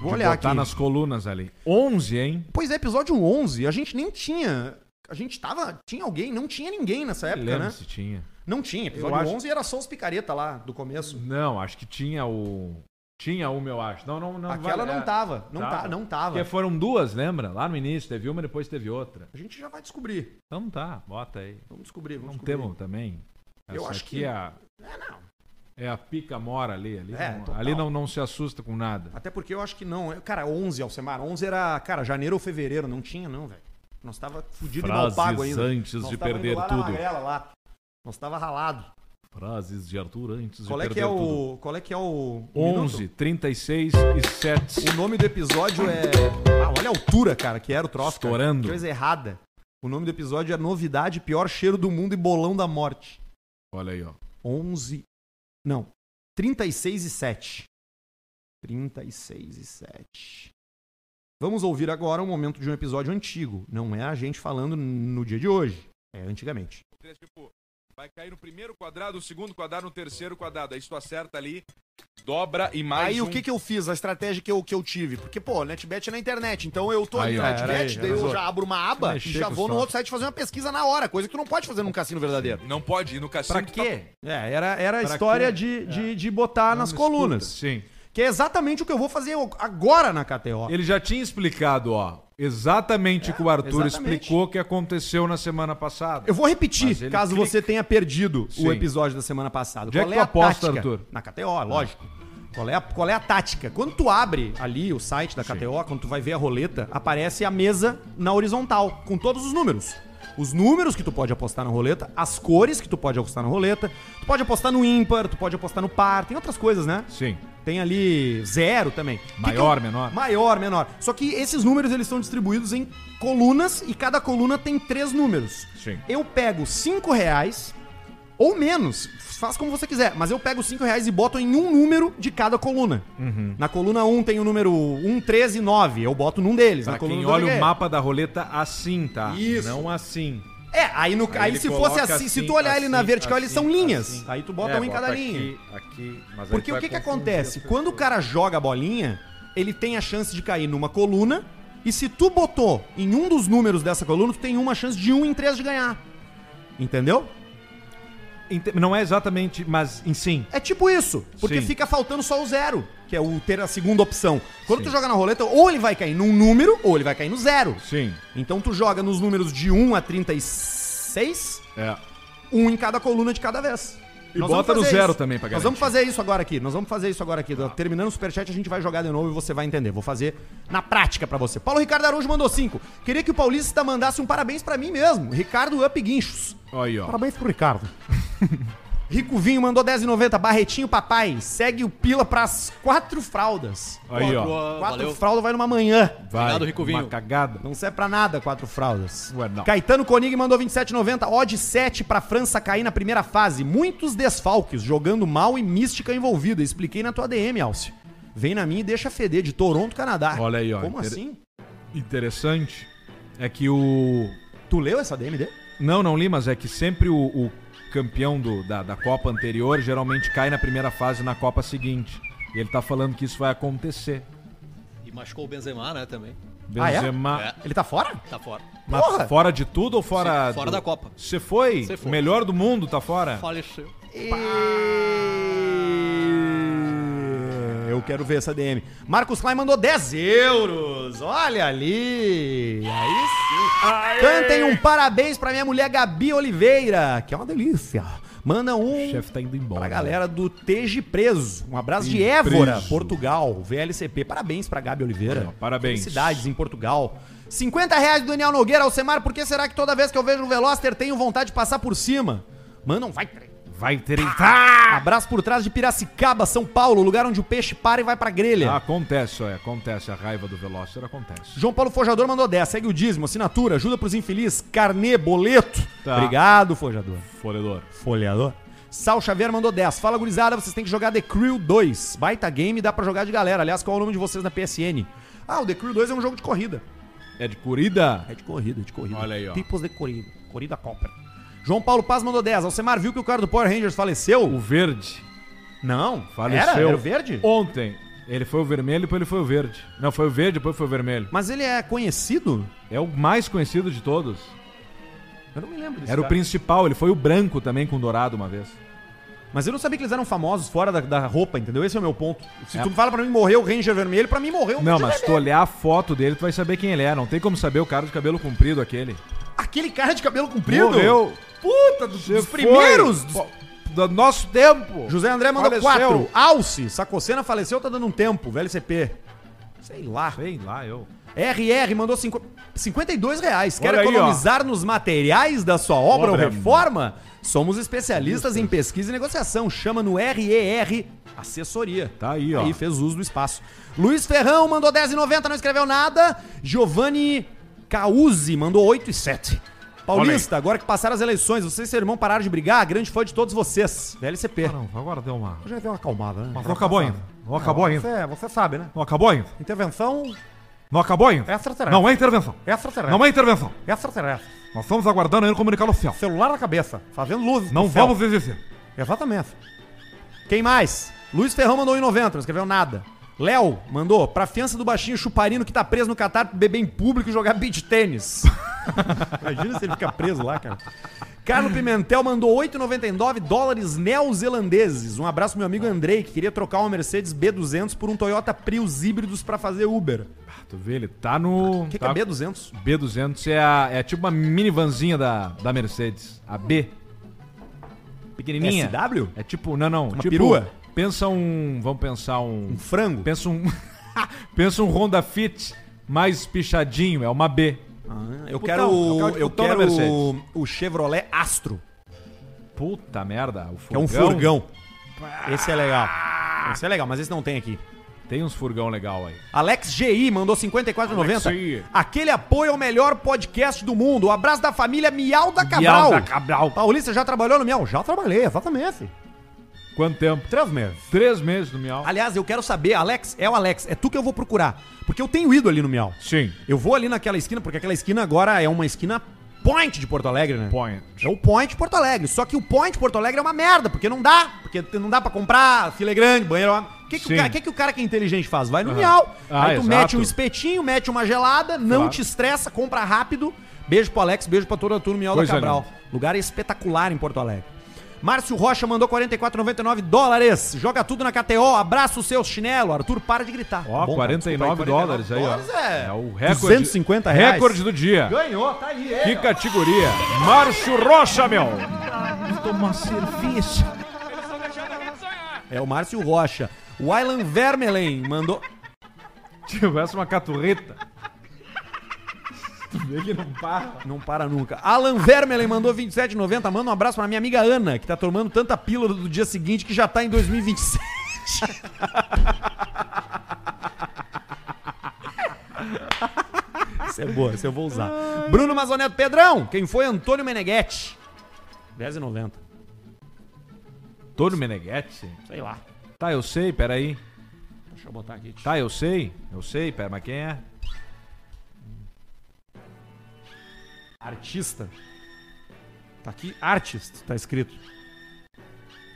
Vou olhar botar aqui. nas colunas ali. 11, hein? Pois é, episódio 11, a gente nem tinha. A gente tava. Tinha alguém, não tinha ninguém nessa época, Lembra né? se tinha. Não tinha. Episódio Eu acho- 11 era só os picareta lá do começo. Não, acho que tinha o. Tinha uma, eu acho. Não, não, não. Aquela vale- é. não tava. Não, Tava. tá, não tava. Porque foram duas, lembra? Lá no início teve uma, depois teve outra. A gente já vai descobrir. Então tá, bota aí. Vamos descobrir, vamos Não descobrir. temos também. Eu acho aqui que- É a... É a pica mora ali. Ali, É, não, total. ali não, não se assusta com nada. Até porque eu acho que não. Eu- Cara, 11, Alcemar. 11 era, cara, janeiro ou fevereiro. Não tinha, não, velho. Nós tava fudido e Frases mal pago ainda. antes Nós de tava indo perder lá na tudo. Magrela, lá. Nós tava ralado. Frases de Arthur antes Qual de é que perder é tudo. o... Qual é que é o... o 11, minuto? Um 36 e 7. O nome do episódio é... Ah, olha a altura, cara, que era o troço. cara. Estourando. Que Coisa errada. O nome do episódio é Novidade, Pior Cheiro do Mundo e Bolão da Morte. Olha aí, ó. 11... Não. 36 e 7. 36 e 7. Vamos ouvir agora um momento de um episódio antigo. Não é a gente falando no dia de hoje. É antigamente. Tipo, vai cair no primeiro quadrado, no segundo quadrado, no terceiro quadrado. Aí se tu acerta ali, dobra e mais Aí um. o que que eu fiz? A estratégia que eu, que eu tive. Porque, pô, NetBet é na internet. Então eu tô ali Aí, no ó. NetBet, Era aí, daí eu arrasou. já abro uma aba e Mexer já com vou no só. outro site fazer uma pesquisa na hora. Coisa que tu não pode fazer num cassino verdadeiro. Não pode ir no cassino. Pra que tu tá- quê? É, era, era a Pra história quê? de, É. de, de botar nas Escuta, colunas. Sim. Que é exatamente o que eu vou fazer agora na KTO. Ele já tinha explicado, ó. Exatamente o que o Arthur exatamente. explicou que aconteceu na semana passada. Eu vou Mas repetir, ele caso clica. você tenha perdido o Sim. episódio da semana passada. Onde é que tu aposta, tática? Arthur? Na KTO, lógico. Qual é, a, qual é a tática? Quando tu abre ali o site da KTO, quando tu vai ver a roleta, aparece a mesa na horizontal, com todos os números. Os números que tu pode apostar na roleta, as cores que tu pode apostar na roleta, tu pode apostar no ímpar, tu pode apostar no par, tem outras coisas, né? Sim. Tem ali zero também. Que Maior, que eu- menor? Maior, menor. Só que esses números eles são distribuídos em colunas e cada coluna tem três números. Sim. Eu pego cinco reais ou menos, faz como você quiser, mas eu pego cinco reais e boto em um número de cada coluna. Uhum. Na coluna 1 um tem o número 1, 13 e 9, eu boto num deles. na Pra coluna quem dois olha eu- o mapa da roleta assim, tá? é. Isso. Não assim. É, aí, no, aí, ele se coloca fosse assim, se assim, tu olhar ele na assim, vertical, eles assim, são linhas. assim. Aí tu bota É, um em cada aqui, linha. Aqui, mas aí Porque o tu vai que, que confundir acontece? as Quando o pessoas. cara joga a bolinha, ele tem a chance de cair numa coluna. E se tu botou em um dos números dessa coluna, tu tem uma chance de um em três de ganhar. Entendeu? Ente- Não é exatamente, mas em sim. É tipo isso, porque Sim. fica faltando só o zero, que é o ter a segunda opção. Quando tu joga na roleta, ou ele vai cair num número, ou ele vai cair no zero. Sim. Então tu joga nos números de 1 a 36, É. um em cada coluna de cada vez. E Nós bota vamos no fazer zero isso. também pra Nós garantir. vamos fazer isso agora aqui. Nós vamos fazer isso agora aqui. Tá Terminando o superchat, a gente vai jogar de novo e você vai entender. Vou fazer na prática pra você. Paulo Ricardo Araújo mandou cinco. Queria que o Paulista mandasse um parabéns pra mim mesmo. Ricardo Up Guinchos. Aí, ó. Parabéns pro Ricardo. Rico Vinho mandou 10,90. Barretinho Papai, segue o Pila pras quatro fraldas. Aí, ó. Quatro Valeu. fraldas vai numa manhã. Vai. Obrigado, Rico Vinho. Uma cagada. Não serve pra nada quatro fraldas. Ué, não. Caetano Konig mandou 27,90. Odd 7 pra França cair na primeira fase. Muitos desfalques, jogando mal e mística envolvida. Expliquei na tua DM, Alce. Vem na minha e deixa feder, de Toronto, Canadá. Olha aí, ó. Como Inter- assim? Interessante é que o. Tu leu essa DM dele? Não, não li, mas é que sempre o, o campeão do- da, da Copa anterior geralmente cai na primeira fase na Copa seguinte. E ele tá falando que isso vai acontecer. E machucou o Benzema, né, também. Ah, é? Benzema. É. Ele tá fora? Tá fora. Mas Porra! fora de tudo ou fora. Sim, fora da Copa. Você foi? Cê foi. O melhor do mundo tá fora? Faleceu. E- Eu quero ver essa DM. Marcos Klein mandou 10 euros. Olha ali. Aí sim. Cantem um parabéns pra minha mulher Gabi Oliveira, que é uma delícia. Manda um O chefe tá indo embora. pra galera do Teje Preso. Um abraço de Teje Évora, Preso. Portugal, VLCP. Parabéns pra Gabi Oliveira. Parabéns. Cidades em Portugal. 50 reais do Daniel Nogueira Alcemar. Por que será que toda vez que eu vejo o Veloster tenho vontade de passar por cima? Mano, vai Vai tentar! Abraço por trás de Piracicaba, São Paulo, lugar onde o peixe para e vai pra grelha. Acontece, ó, é, acontece. A raiva do Veloster acontece. João Paulo Fojador mandou 10. Segue o dízimo, assinatura, ajuda pros infelizes, carnê, boleto. Tá. Obrigado, Fojador. Foredor. Folhador. Sal Xavier mandou 10. Fala, gurizada, vocês têm que jogar The Crew 2. Baita game, dá pra jogar de galera. Aliás, qual é o nome de vocês na PSN? Ah, o The Crew 2 é um jogo de corrida. É de corrida? É de corrida, é de corrida. Olha aí, ó. Tipos de corrida. Corrida Copper. João Paulo Paz mandou 10. Alcemar viu que o cara do Power Rangers faleceu? O verde Não. faleceu. Era? Era o verde? Ontem. Ele foi o vermelho, depois ele foi o verde. Não, foi o verde, depois foi o vermelho. Mas ele é conhecido? É o mais conhecido de todos. Eu não me lembro desse Era o cara. principal, ele foi o branco também com dourado uma vez. Mas eu não sabia que eles eram famosos fora da, da roupa, entendeu? Esse é o meu ponto. Se tu fala pra mim morreu o Ranger Vermelho, pra mim morreu o Não, Ranger mas se tu Vermelho. olhar a foto dele, tu vai saber quem ele é. Não tem como saber o cara de cabelo comprido aquele. Aquele cara de cabelo comprido? Morreu. Puta, dos, Você dos primeiros. foi. dos- Pô, Do nosso tempo. José André mandou Faleceu. quatro. Alce, Sacocena faleceu, tá dando um tempo. VLCP. Sei lá. Sei lá, eu. RR mandou cinqu... 52 reais. Quer Olha aí, economizar nos materiais da sua obra, Obra. ou reforma? Somos especialistas em pesquisa e negociação. Chama no RER Assessoria. Tá aí, ó. Aí fez uso do espaço. Luiz Ferrão mandou 10,90, não escreveu nada. Giovanni Cauzi mandou 8,7. Paulista, agora que passaram as eleições, você e seu irmão pararam de brigar? grande fã de todos vocês. VLCP. Não, agora deu uma. Ah, Já deu uma acalmada, né? Mas não acabou ainda. Não acabou ainda. Você, você sabe, né? Não acabou ainda. Intervenção Não acabou ainda. extraterrestre. Não é intervenção. Extraterrestre. Não é intervenção. Extraterrestre. Nós estamos aguardando ainda o comunicado oficial. Celular na cabeça, fazendo luzes. Não pro céu. vamos exercer. Exatamente. Quem mais? Luiz Ferrão mandou 1,90, não escreveu nada. Léo mandou pra fiança do baixinho chuparino que tá preso no Catar pra beber em público e jogar beach tênis. Imagina se ele fica preso lá, cara. Carlos Pimentel mandou 8,99 dólares neozelandeses. Um abraço pro meu amigo Andrei, que queria trocar uma Mercedes B200 por um Toyota Prius híbridos pra fazer Uber. Tu vê, ele tá no. O que, que tá... é B200? B200 é, a- é tipo uma minivanzinha da, da Mercedes. A B. Pequenininha. SW? É tipo, não, não. Uma tipo, perua? Pensa um. Vamos pensar um. Um frango? Pensa um. pensa um Honda Fit mais pichadinho, é uma B. Ah, eu Putão, quero, é o carro de eu putão da quero Mercedes. o Chevrolet Astro, Puta merda. O que é um furgão. Esse é legal. Esse é legal, mas esse não tem aqui. Tem uns furgão legal aí. Alex GI mandou 54,90. G.I.. Aquele apoio ao melhor podcast do mundo. Um abraço da família Miau da Cabral. Miau da Cabral. Paulista já trabalhou no Miau? Já trabalhei, exatamente. Quanto tempo? Três meses. Três meses no Miau. Aliás, eu quero saber, Alex, é o Alex, é tu que eu vou procurar. Porque eu tenho ido ali no Miau. Sim. Eu vou ali naquela esquina, porque aquela esquina agora é uma esquina point de Porto Alegre, né? Point. É o Point de Porto Alegre. Só que o Point de Porto Alegre é uma merda, porque não dá. Porque não dá pra comprar filé grande, banheiro. O que, que, Sim. o, cara, que, que o cara que é inteligente faz? Vai no Miau. Ah, aí tu exato. mete um espetinho, mete uma gelada, não Claro. te estressa, compra rápido. Beijo pro Alex, beijo pra toda a turma Miau da Coisa Cabral. linda. Lugar espetacular em Porto Alegre. Márcio Rocha mandou 44,99 dólares. Joga tudo na KTO. Abraça o seu chinelo. Arthur, para de gritar. Ó, Tá bom, tá? 49 Desculpa dólares aí, ó. dólares é- o recorde. 250 reais. Recorde do dia. Ganhou, tá aí. Que categoria? Márcio Rocha, meu. Tomar serviço. É o Márcio Rocha. O Aylan Vermelen mandou. Tivesse Tipo, uma caturreta. Tu vê que não para. Não para nunca. Alan Vermelen mandou 27,90. Manda um abraço pra minha amiga Ana, que tá tomando tanta pílula do dia seguinte que já tá em 2027. Isso é boa, isso eu vou usar. Bruno Mazoneto Pedrão, quem foi Antônio Meneghetti? 10,90. Antônio Meneghetti? Sei lá. Tá, eu sei, peraí. Deixa eu botar aqui. Tá, eu sei. Eu sei, pera, mas quem é? Artista. Tá aqui, artist, tá escrito.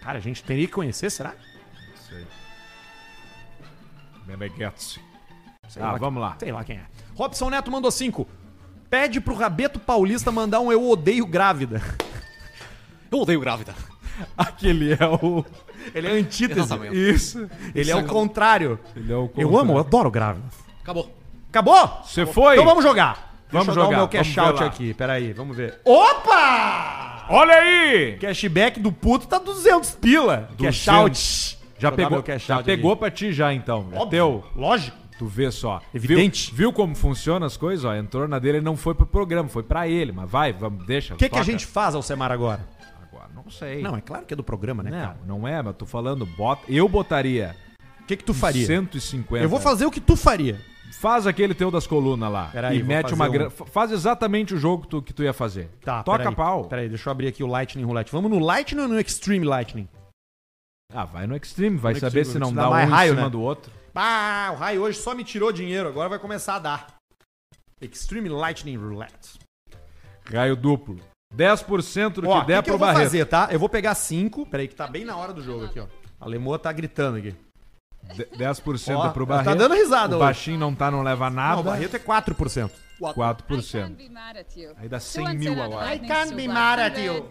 Cara, a gente teria que conhecer, será? Sei. Meneghetti. Sei Tá, lá vamos lá. Sei lá quem é. Robson Neto mandou 5. Pede pro Rabeto Paulista mandar um Eu Odeio Grávida. Eu odeio grávida. Aquele é o. Ele é a antítese. Exatamente. Isso. Ele é o contrário. Ele é o Eu amo, eu adoro grávida. Acabou. Acabou? Você foi? Então vamos jogar. Vamos Deixa eu dar jogar, o meu vamos cash ver out lá. aqui. Peraí, vamos ver. Opa! Olha aí! Cashback do puto tá 200 pila. Cash 200. out. Já Vou dar pegou, meu cash já out pegou aqui. pra ti já então. Já Óbvio. Teu. Lógico. Tu vê só. Evidente. Viu, viu como funciona as coisas? Ó, entrou na dele e não foi pro programa, foi pra ele. Mas vai, vamos, deixa. O que, que a gente faz, Alcemar, agora? Agora, não sei. Não, é claro que é do programa, né, cara? não, não é, mas eu tô falando, bota. Eu botaria O que, que tu faria? 150. Eu vou fazer o que tu faria. Faz aquele teu das colunas lá. Peraí, e vou mete fazer uma um. grana. Faz exatamente o jogo que tu, que tu ia fazer. Tá, Toca peraí. pau. Peraí, deixa eu abrir aqui o Lightning Roulette. Vamos no Lightning ou no Extreme Lightning? Ah, vai no extreme, vai No saber Extreme, se não se dá, dá um mais em raio, cima né? do outro. Ah, o raio hoje só me tirou dinheiro, agora vai começar a dar. Extreme Lightning Roulette. Raio duplo. 10% do Ó, o que der que, que eu pro vou Barreto. fazer, tá? Eu vou pegar 5. Peraí, que tá bem na hora do jogo aqui, ó. A Lemoa tá gritando aqui. De- 10% Ó, é pro ela tá Barreto. dando risada O hoje. baixinho não tá, não leva nada. Não, o Barreto é 4%. 4%. Aí dá 100 mil agora. I can't be mad at you.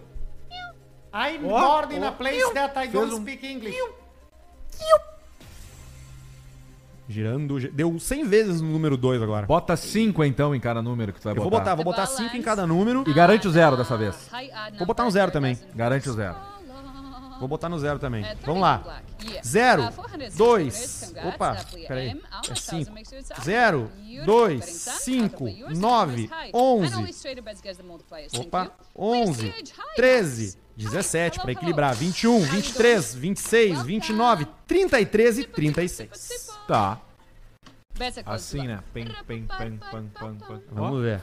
I'm Ó, born in ó. a place that I Fez don't um- speak English. Girando, gi- deu 100 vezes no número 2 agora. Bota 5 então em cada número que tu vai Eu vou botar. botar, vou botar 5 em cada número. E garante o zero dessa vez. Vou botar um zero também. Garante o zero. Vou botar no zero também. Vamos lá. Zero, dois, opa, peraí, é cinco. Zero, dois, cinco, nove, onze. Opa, 11, 13, 17 para equilibrar, 21, 23, 26, 29, 33 e 36. Tá. Bessa Assim, né? Pim, pim, pim, pam, pam, pam. Vamos Ó. ver.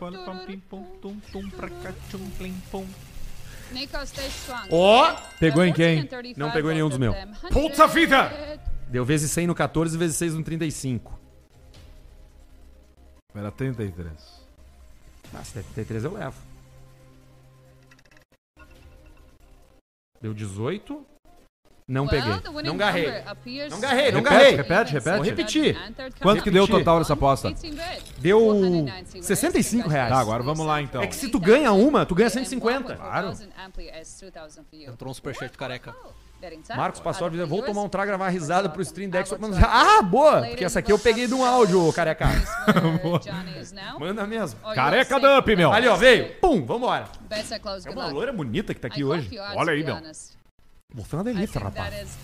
Ó! Pegou em quem? Não pegou em nenhum dos meus. Puta vida! Deu vezes 100 no 14, vezes 6 no 35. Era 33. Ah, se der 33 eu levo. Deu 18. Não peguei. Não garrei. Não garrei, não garrei. Repete, repete. Vou repetir. Quanto que deu o total dessa aposta? Deu 65 reais. Tá, agora vamos lá então. É que se tu ganha uma, tu ganha 150. Claro. eh, Entrou um superchat careca. Marcos Passor diz, vou tomar um trago, gravar uma risada pro Stream Deck. só pra mandar- Ah, boa! Porque essa aqui eu peguei de um áudio, ô careca. Manda mesmo. Careca dump, meu. Ali, ó, veio. Pum, vambora. É É uma loira bonita que tá aqui hoje. Olha aí, meu. Vou foi uma delícia, rapaz.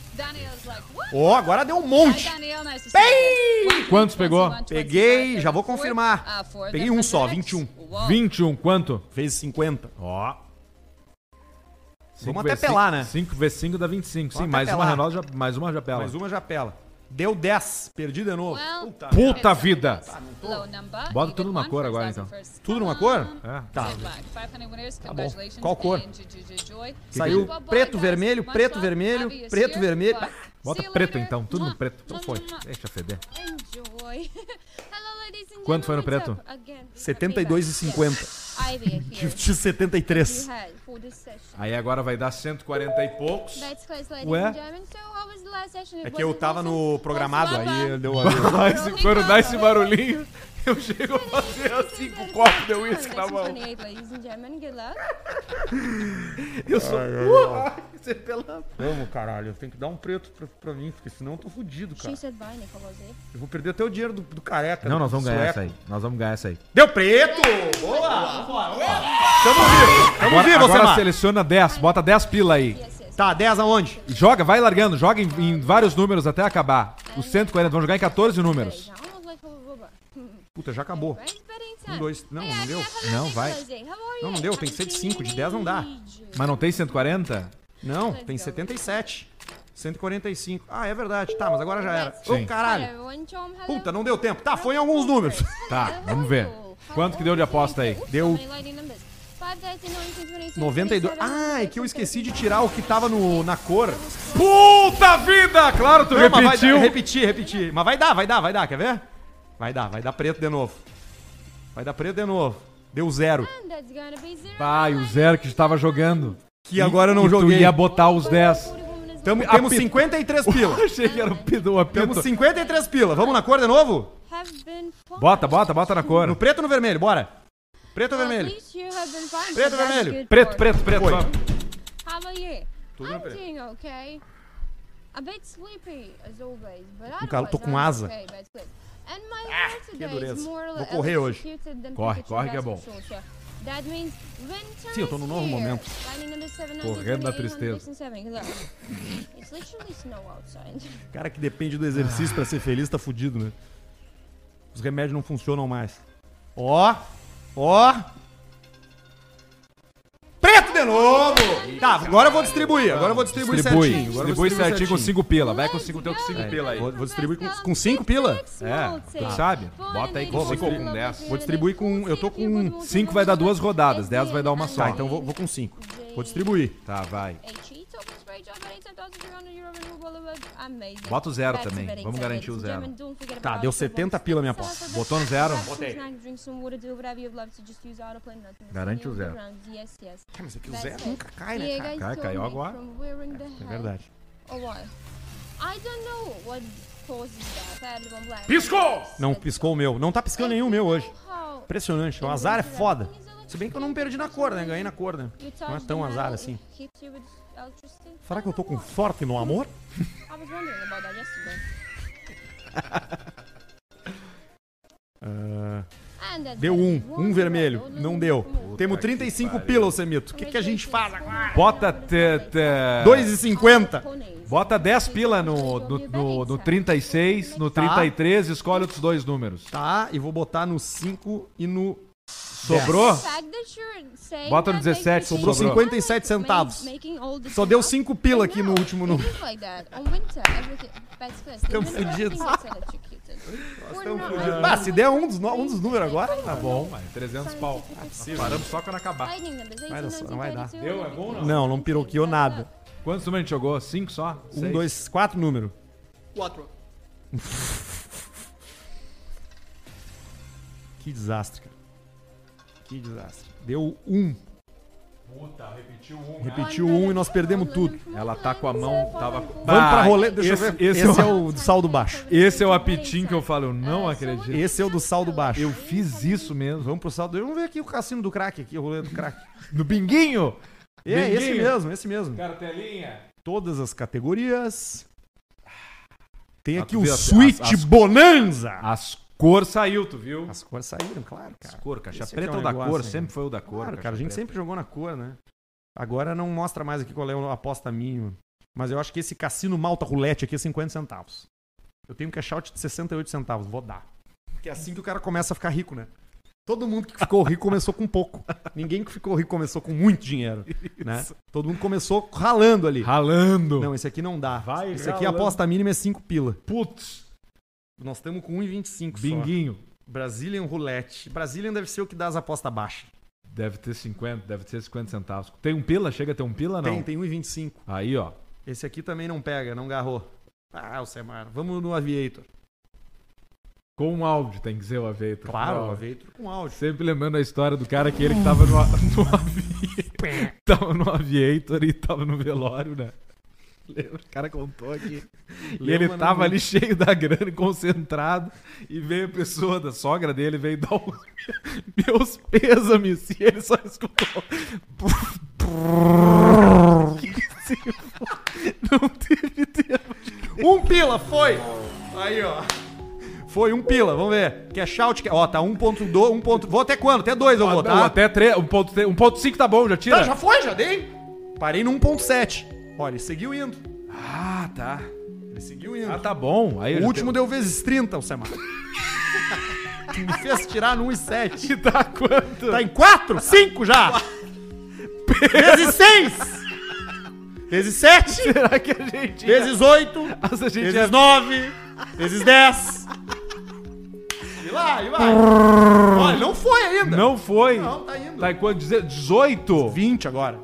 Ó, Ó, agora deu um monte. Bem! Quantos pegou? Peguei, já vou confirmar. Peguei um só, 21. 21, quanto? Vezes 50. Ó. até pelar, né? 5 vezes 5 dá 25. Sim, até mais uma, pelar. renova, já, mais uma já pela. Mais uma já pela. Deu 10. Perdi de novo. Puta. Puta vida! Bota tudo numa cor agora, então. Tudo numa cor? É. Tá. Tá bom. bom. Qual Qual cor? cor? Saiu preto, vermelho, preto, vermelho, preto, vermelho. Bota preto então, tudo no preto. Então foi. Deixa feder. Quanto foi no preto? 72,50. De 73. Aí agora vai dar 140 e poucos. Ué? É que eu tava no programado aí, deu Ai, se for dar esse barulhinho, Eu chego a fazer assim um com o copo de uísque tá na mão. Eu sou. Ai, ai, ai. Porra, Você é pelado. Vamos, caralho. Eu tenho que dar um preto pra, pra mim, porque senão eu tô fudido, cara. Eu vou perder até o dinheiro do, do careca. Não, do nós vamos ganhar sueco. essa aí. Nós vamos ganhar essa aí. Deu preto! Boa! Tamo vivo! Tamo Agora, vivo, agora Alcemar. seleciona 10, bota 10 pila aí. Tá, 10 aonde? Joga, vai largando, joga em, em vários números até acabar. Os 140 vão jogar em 14 números. Puta, já acabou. Um, dois. Não, não deu. Não, vai. Não, não deu. Tem que ser de 5. De 10 não dá. Mas não tem 140? Não, tem 77. 145. Ah, é verdade. Tá, mas agora já era. Ô, Sim. caralho. Puta, não deu tempo. Tá, foi em alguns números. Tá, vamos ver. Quanto que deu de aposta aí? Deu 92. Ah, é que eu esqueci de tirar o que tava no, na cor. Puta vida! Claro, tu mas vai repetiu. dar- repetir, repetir. Mas vai dar, vai dar, vai dar. Quer ver? Vai dar, vai dar preto de novo. Vai dar preto de novo. Deu zero. Pai, o zero que estava jogando. Que agora eu não e joguei. Tu ia botar os 10. Tamo, A temos pito. 53 pila. Achei que era o pido, o apito. Temos 53 pila. Vamos na cor de novo? Bota, bota, bota na cor. No preto ou no vermelho? Bora. Preto ou vermelho? Preto Preto ou vermelho? Preto, preto, preto. Foi. só. How are you? Tudo I'm bem. doing okay. A bit sleepy as always, but Um calo- tô otherwise com I'm asa. okay, but good. And my ah, que dureza. Vou correr hoje. Corre, corre que é bom. That means winter Sim, eu tô num is novo here. momento. Lightning number seven, Correndo da 1978, tristeza. 1977. Look, It's literally snow outside. Cara que depende do exercício pra ser feliz tá fudido, né? Os remédios não funcionam mais. Ó, ó. Preto de novo! Tá, agora eu vou distribuir. Agora eu vou distribuir Distribui. certinho. Agora eu vou Distribui certinho com 5 pila. Vai com 5 teu 5 É, pila aí. Vou, vou distribuir com- com 5 pila? É, tu sabe? Bota aí com Vou, vou 5 ou distribuir. com 10. Vou distribuir né? com. Eu tô com. 5 vai dar duas rodadas, 10 vai dar uma só. Tá, então vou, vou com 5. Vou distribuir. Tá, vai. A cheat opens great job at 18,300 euro in Bulgaria. Amazing. Bota o zero Back to também, betting vamos time, garantir o ladies and zero. gentlemen. Don't forget Tá, about deu the 70 pila minha aposta. Botou no zero? Botei. Garante o zero. Ah, mas é que o zero nunca cai, né, cara? Cai, caiu agora. É verdade. I don't know what causes that. Everyone black. Não, piscou o meu. Não tá piscando nenhum meu hoje. How Impressionante. O azar é foda. Se bem que eu não perdi na cor, né? Ganhei na cor, né? you Não é touch the tão metal, azar it assim. hits you with electricity? Será que eu tô com sorte no amor? I was wondering about that yesterday. Ah, And that's deu it. um. Um One vermelho. roll, Não deu. Temos que 35 pariu. pila, Semito. O que, que a gente faz agora? Bota. te- te- 2,50. Bota 10 pila no, no, no, no 36, no Tá. 33, escolhe outros dois números. Tá, e vou botar no 5 e no. Sobrou? The fact that you're saying Bota no that makes 17, me Sobrou sobrou. think 57 someone centavos. is making all this Só deu up. 5 pila aqui no último It número. is like that. On winter, everything- bets first. Tão Even everything fudidos. gets electrocuted. We're not- Ah, se der um dos, no- um dos números agora, tá bom. Vai, 300 é pau. Tá, Paramos só quando acabar. Lightning numbers, Vai dar só, não vai dar. 1892. Deu, é bom ou não? Não, não piroqueou nada. Quantos números a gente jogou? 5 só? Um, dois, quatro número. Quatro. Que desastre, cara. Que desastre. Deu um. Puta, repetiu um. Repetiu um e nós perdemos tudo. Ela tá com a mão, é tava... Vamos pra roleta, deixa esse, eu ver. Esse, é o... do saldo baixo. esse é o apitinho que eu falo, eu não acredito. Esse é o do saldo baixo. Eu fiz isso mesmo. Vamos pro saldo. Vamos ver aqui o cassino do crack, aqui, o rolê do crack. No binguinho? É, esse mesmo, esse mesmo. Cartelinha. Todas as categorias. Tem Ah, aqui tu o vê as- Switch as- as- Bonanza. As cor saiu, tu viu? As cores saíram, claro, cara. cor, caixa Esse aqui preta é um ou da negócio, cor, né? sempre foi o da cor. Claro, caixa cara, a gente preta. sempre jogou na cor, né? Agora não mostra mais aqui qual é a aposta mínima. Mas eu acho que esse cassino malta roulette aqui é 50 centavos. Eu tenho um cash out de 68 centavos, vou dar. Porque é assim que o cara começa a ficar rico, né? Todo mundo que ficou rico começou com pouco. Ninguém que ficou rico começou com muito dinheiro, né? Todo mundo começou ralando ali. Ralando. Não, esse aqui não dá. Vai esse aqui a ralando. aposta mínima é 5 pila. Putz. Nós estamos com 1,25 só. Binguinho. Brazilian Roulette. Brazilian deve ser o que dá as apostas baixas. Deve ter 50, deve ter 50 centavos. Tem um pila? Chega a ter um pila, não? Tem, tem 1,25. Aí, ó. Esse aqui também não pega, não garrou. Ah, o Semar. Vamos no Aviator. Com um áudio, tem que ser o Aveito. Claro, o Não, Aviator com áudio. Sempre lembrando a história do cara que ele que tava no, a- no avi- tava no Aviator e tava no velório, né? Lembra? O cara contou aqui. E Lembra, ele não tava lembro. ali cheio da grana, e concentrado, e veio a pessoa da sogra dele, veio dar um... meus pêsames, e ele só escutou. Que se for. Não teve tempo. Um pila, foi! Aí, ó. Foi um pila, vamos ver. Quer shout? Quer... Ó, tá 1.2, 1. ponto- Vou até quando? Até 2 eu vou, Ah, Não, tá? até um 3, 1.5 tá bom, já tira. Tá, já foi, já dei. Parei no 1.7. Olha, ele seguiu indo. Ah, tá. Ele seguiu indo. Ah, tá bom. Aí o último deu vezes 30, o Semar. Me fez tirar no 1,7. Tá quanto? Tá em 4? 5 já! vezes 6! Vezes 7! Será que a gente. Vezes 8! Nossa, a gente ia- Vezes 9! Vezes 10! E lá, e lá! Olha, não foi ainda! Não foi. né? Não, tá indo. Tá em quanto? Deze- 18? 20 agora.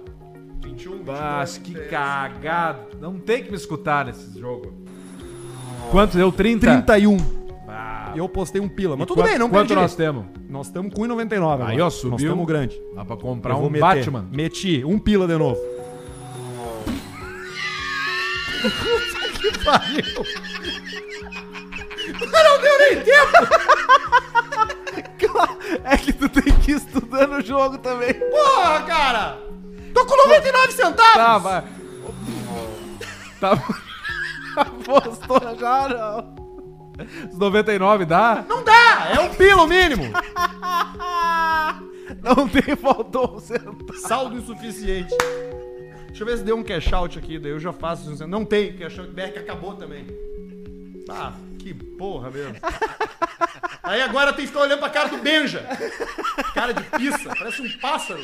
21. Mas que cagado. Não tem que me escutar nesse jogo. Quanto deu? 30? 31. Ah, E eu postei um pila. Mas E tudo quanto- bem, não quanto perdi. nós temos? Nós estamos com 1,99. Aí, agora. ó, subiu. Nós estamos grande. Dá pra comprar Eu vou um meter. Batman. Meti, um pila de novo. que pariu! Não deu nem tempo! É que tu tem que ir estudando o jogo também. Porra, cara! Tô com 99 centavos! Tá, vai. Tá. Apostou já, não. Os 99 dá? Não dá! É um pila o mínimo! Não tem, faltou um centavo. Saldo insuficiente. Deixa eu ver se deu um cash out aqui, daí eu já faço. isso. Não tem, cash out. Beck acabou também. Ah, que porra mesmo. Aí agora tem que ficar olhando pra cara do Benja. Cara de pizza, parece um pássaro.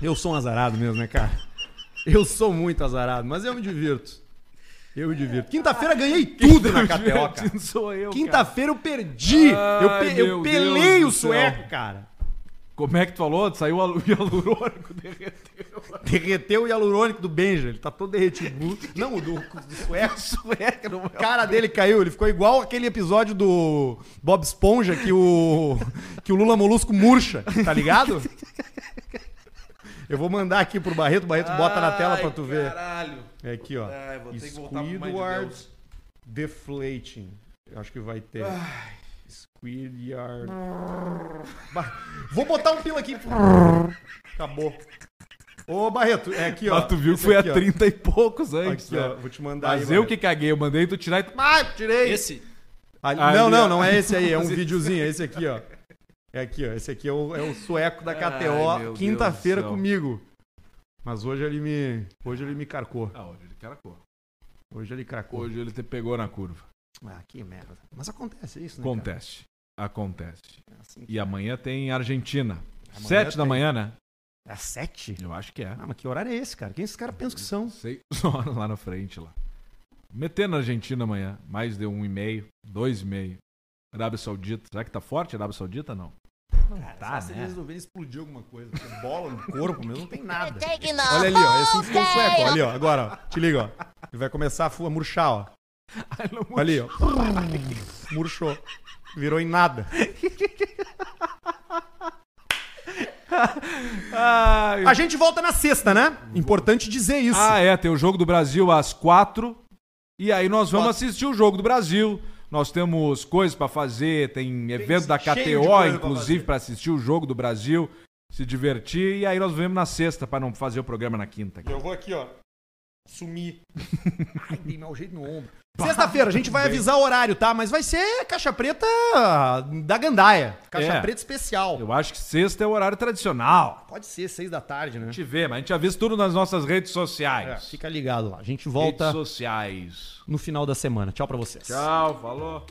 Eu sou um azarado mesmo, né, cara? Eu sou muito azarado, mas eu me divirto. Eu me divirto. Quinta-feira ganhei tudo na KTO, cara. Sou eu. cara. Quinta-feira eu perdi. eu, Ai, pe- eu meu pelei Deus o do sueco, céu. cara. Como é que tu falou? Saiu o alu- hialurônico derreteu. Derreteu o hialurônico do Benja. Ele tá todo derretido. Não, o do, do sueco. Sueca, não é? A cara dele caiu. Ele ficou igual aquele episódio do Bob Esponja que o, que o Lula Molusco murcha. Tá ligado? Eu vou mandar aqui pro Barreto. Barreto, bota na tela pra tu ver. Caralho. É aqui, ó. Ai, vou ter que voltar pro Mind Squidward Deus. Deflating. Eu acho que vai ter. Squidward. Bah, Vou botar um pila aqui. Acabou. Ô, Barreto, é aqui, ó. Mas tu viu que Esse foi aqui, a ó. 30 e poucos antes, Aqui, ó. né? Vou te mandar Mas aí, eu Barreto. que caguei, eu mandei tu tirar e tu... Ah, tirei. Esse? Ali- Ali, não, não, ó. não é esse aí. É um videozinho. É esse aqui, ó. É aqui, ó. Esse aqui é o, é o sueco da Ai, meu KTO. Deus Quinta-feira do céu. comigo. Mas hoje ele me. Hoje ele me carcou. Ah, hoje ele caracou. Hoje ele cracou. Hoje ele te pegou na curva. Ah, que merda. Mas acontece isso, né? cara? Acontece. Acontece. É assim. E amanhã tem Argentina. Amanhã Sete da tem. manhã, né? Às é sete? Eu acho que é. Ah, mas que horário é esse, cara? Quem esses caras pensam que são? Seis horas lá na frente, lá. Metendo a Argentina amanhã. Mais de um e meio, dois e meio. Arábia Saudita. Será que tá forte a Arábia Saudita? Não. Tá, se eles resolverem explodir alguma coisa. Porque bola no corpo mesmo, não tem nada. Taking Olha ali, ó. É assim que ficou o sueco. ó. Ali, ó. Agora, ó. Te liga, ó. Ele vai começar a fu- a murchar, ó. Ali, ó. Murchou. Virou em nada. Ai, A gente volta na sexta, né? Importante dizer isso. Ah, é, tem o Jogo do Brasil às quatro. E aí nós vamos assistir o Jogo do Brasil. Nós temos coisas pra fazer, tem evento da cheio de KTO, coisa pra inclusive, fazer. pra assistir o Jogo do Brasil, se divertir. E aí nós vemos na sexta, pra não fazer o programa na quinta. Eu vou aqui, ó. Sumir. Ai, dei mau jeito no ombro. Sexta-feira, a gente vai avisar o horário, tá? Mas vai ser caixa preta da gandaia. Caixa É. preta especial. Eu acho que sexta é o horário tradicional. Pode ser, seis da tarde, né? A gente vê, mas a gente avisa tudo nas nossas redes É, sociais. fica ligado lá. A gente volta Redes sociais. no final da semana. Tchau pra vocês. Tchau, falou.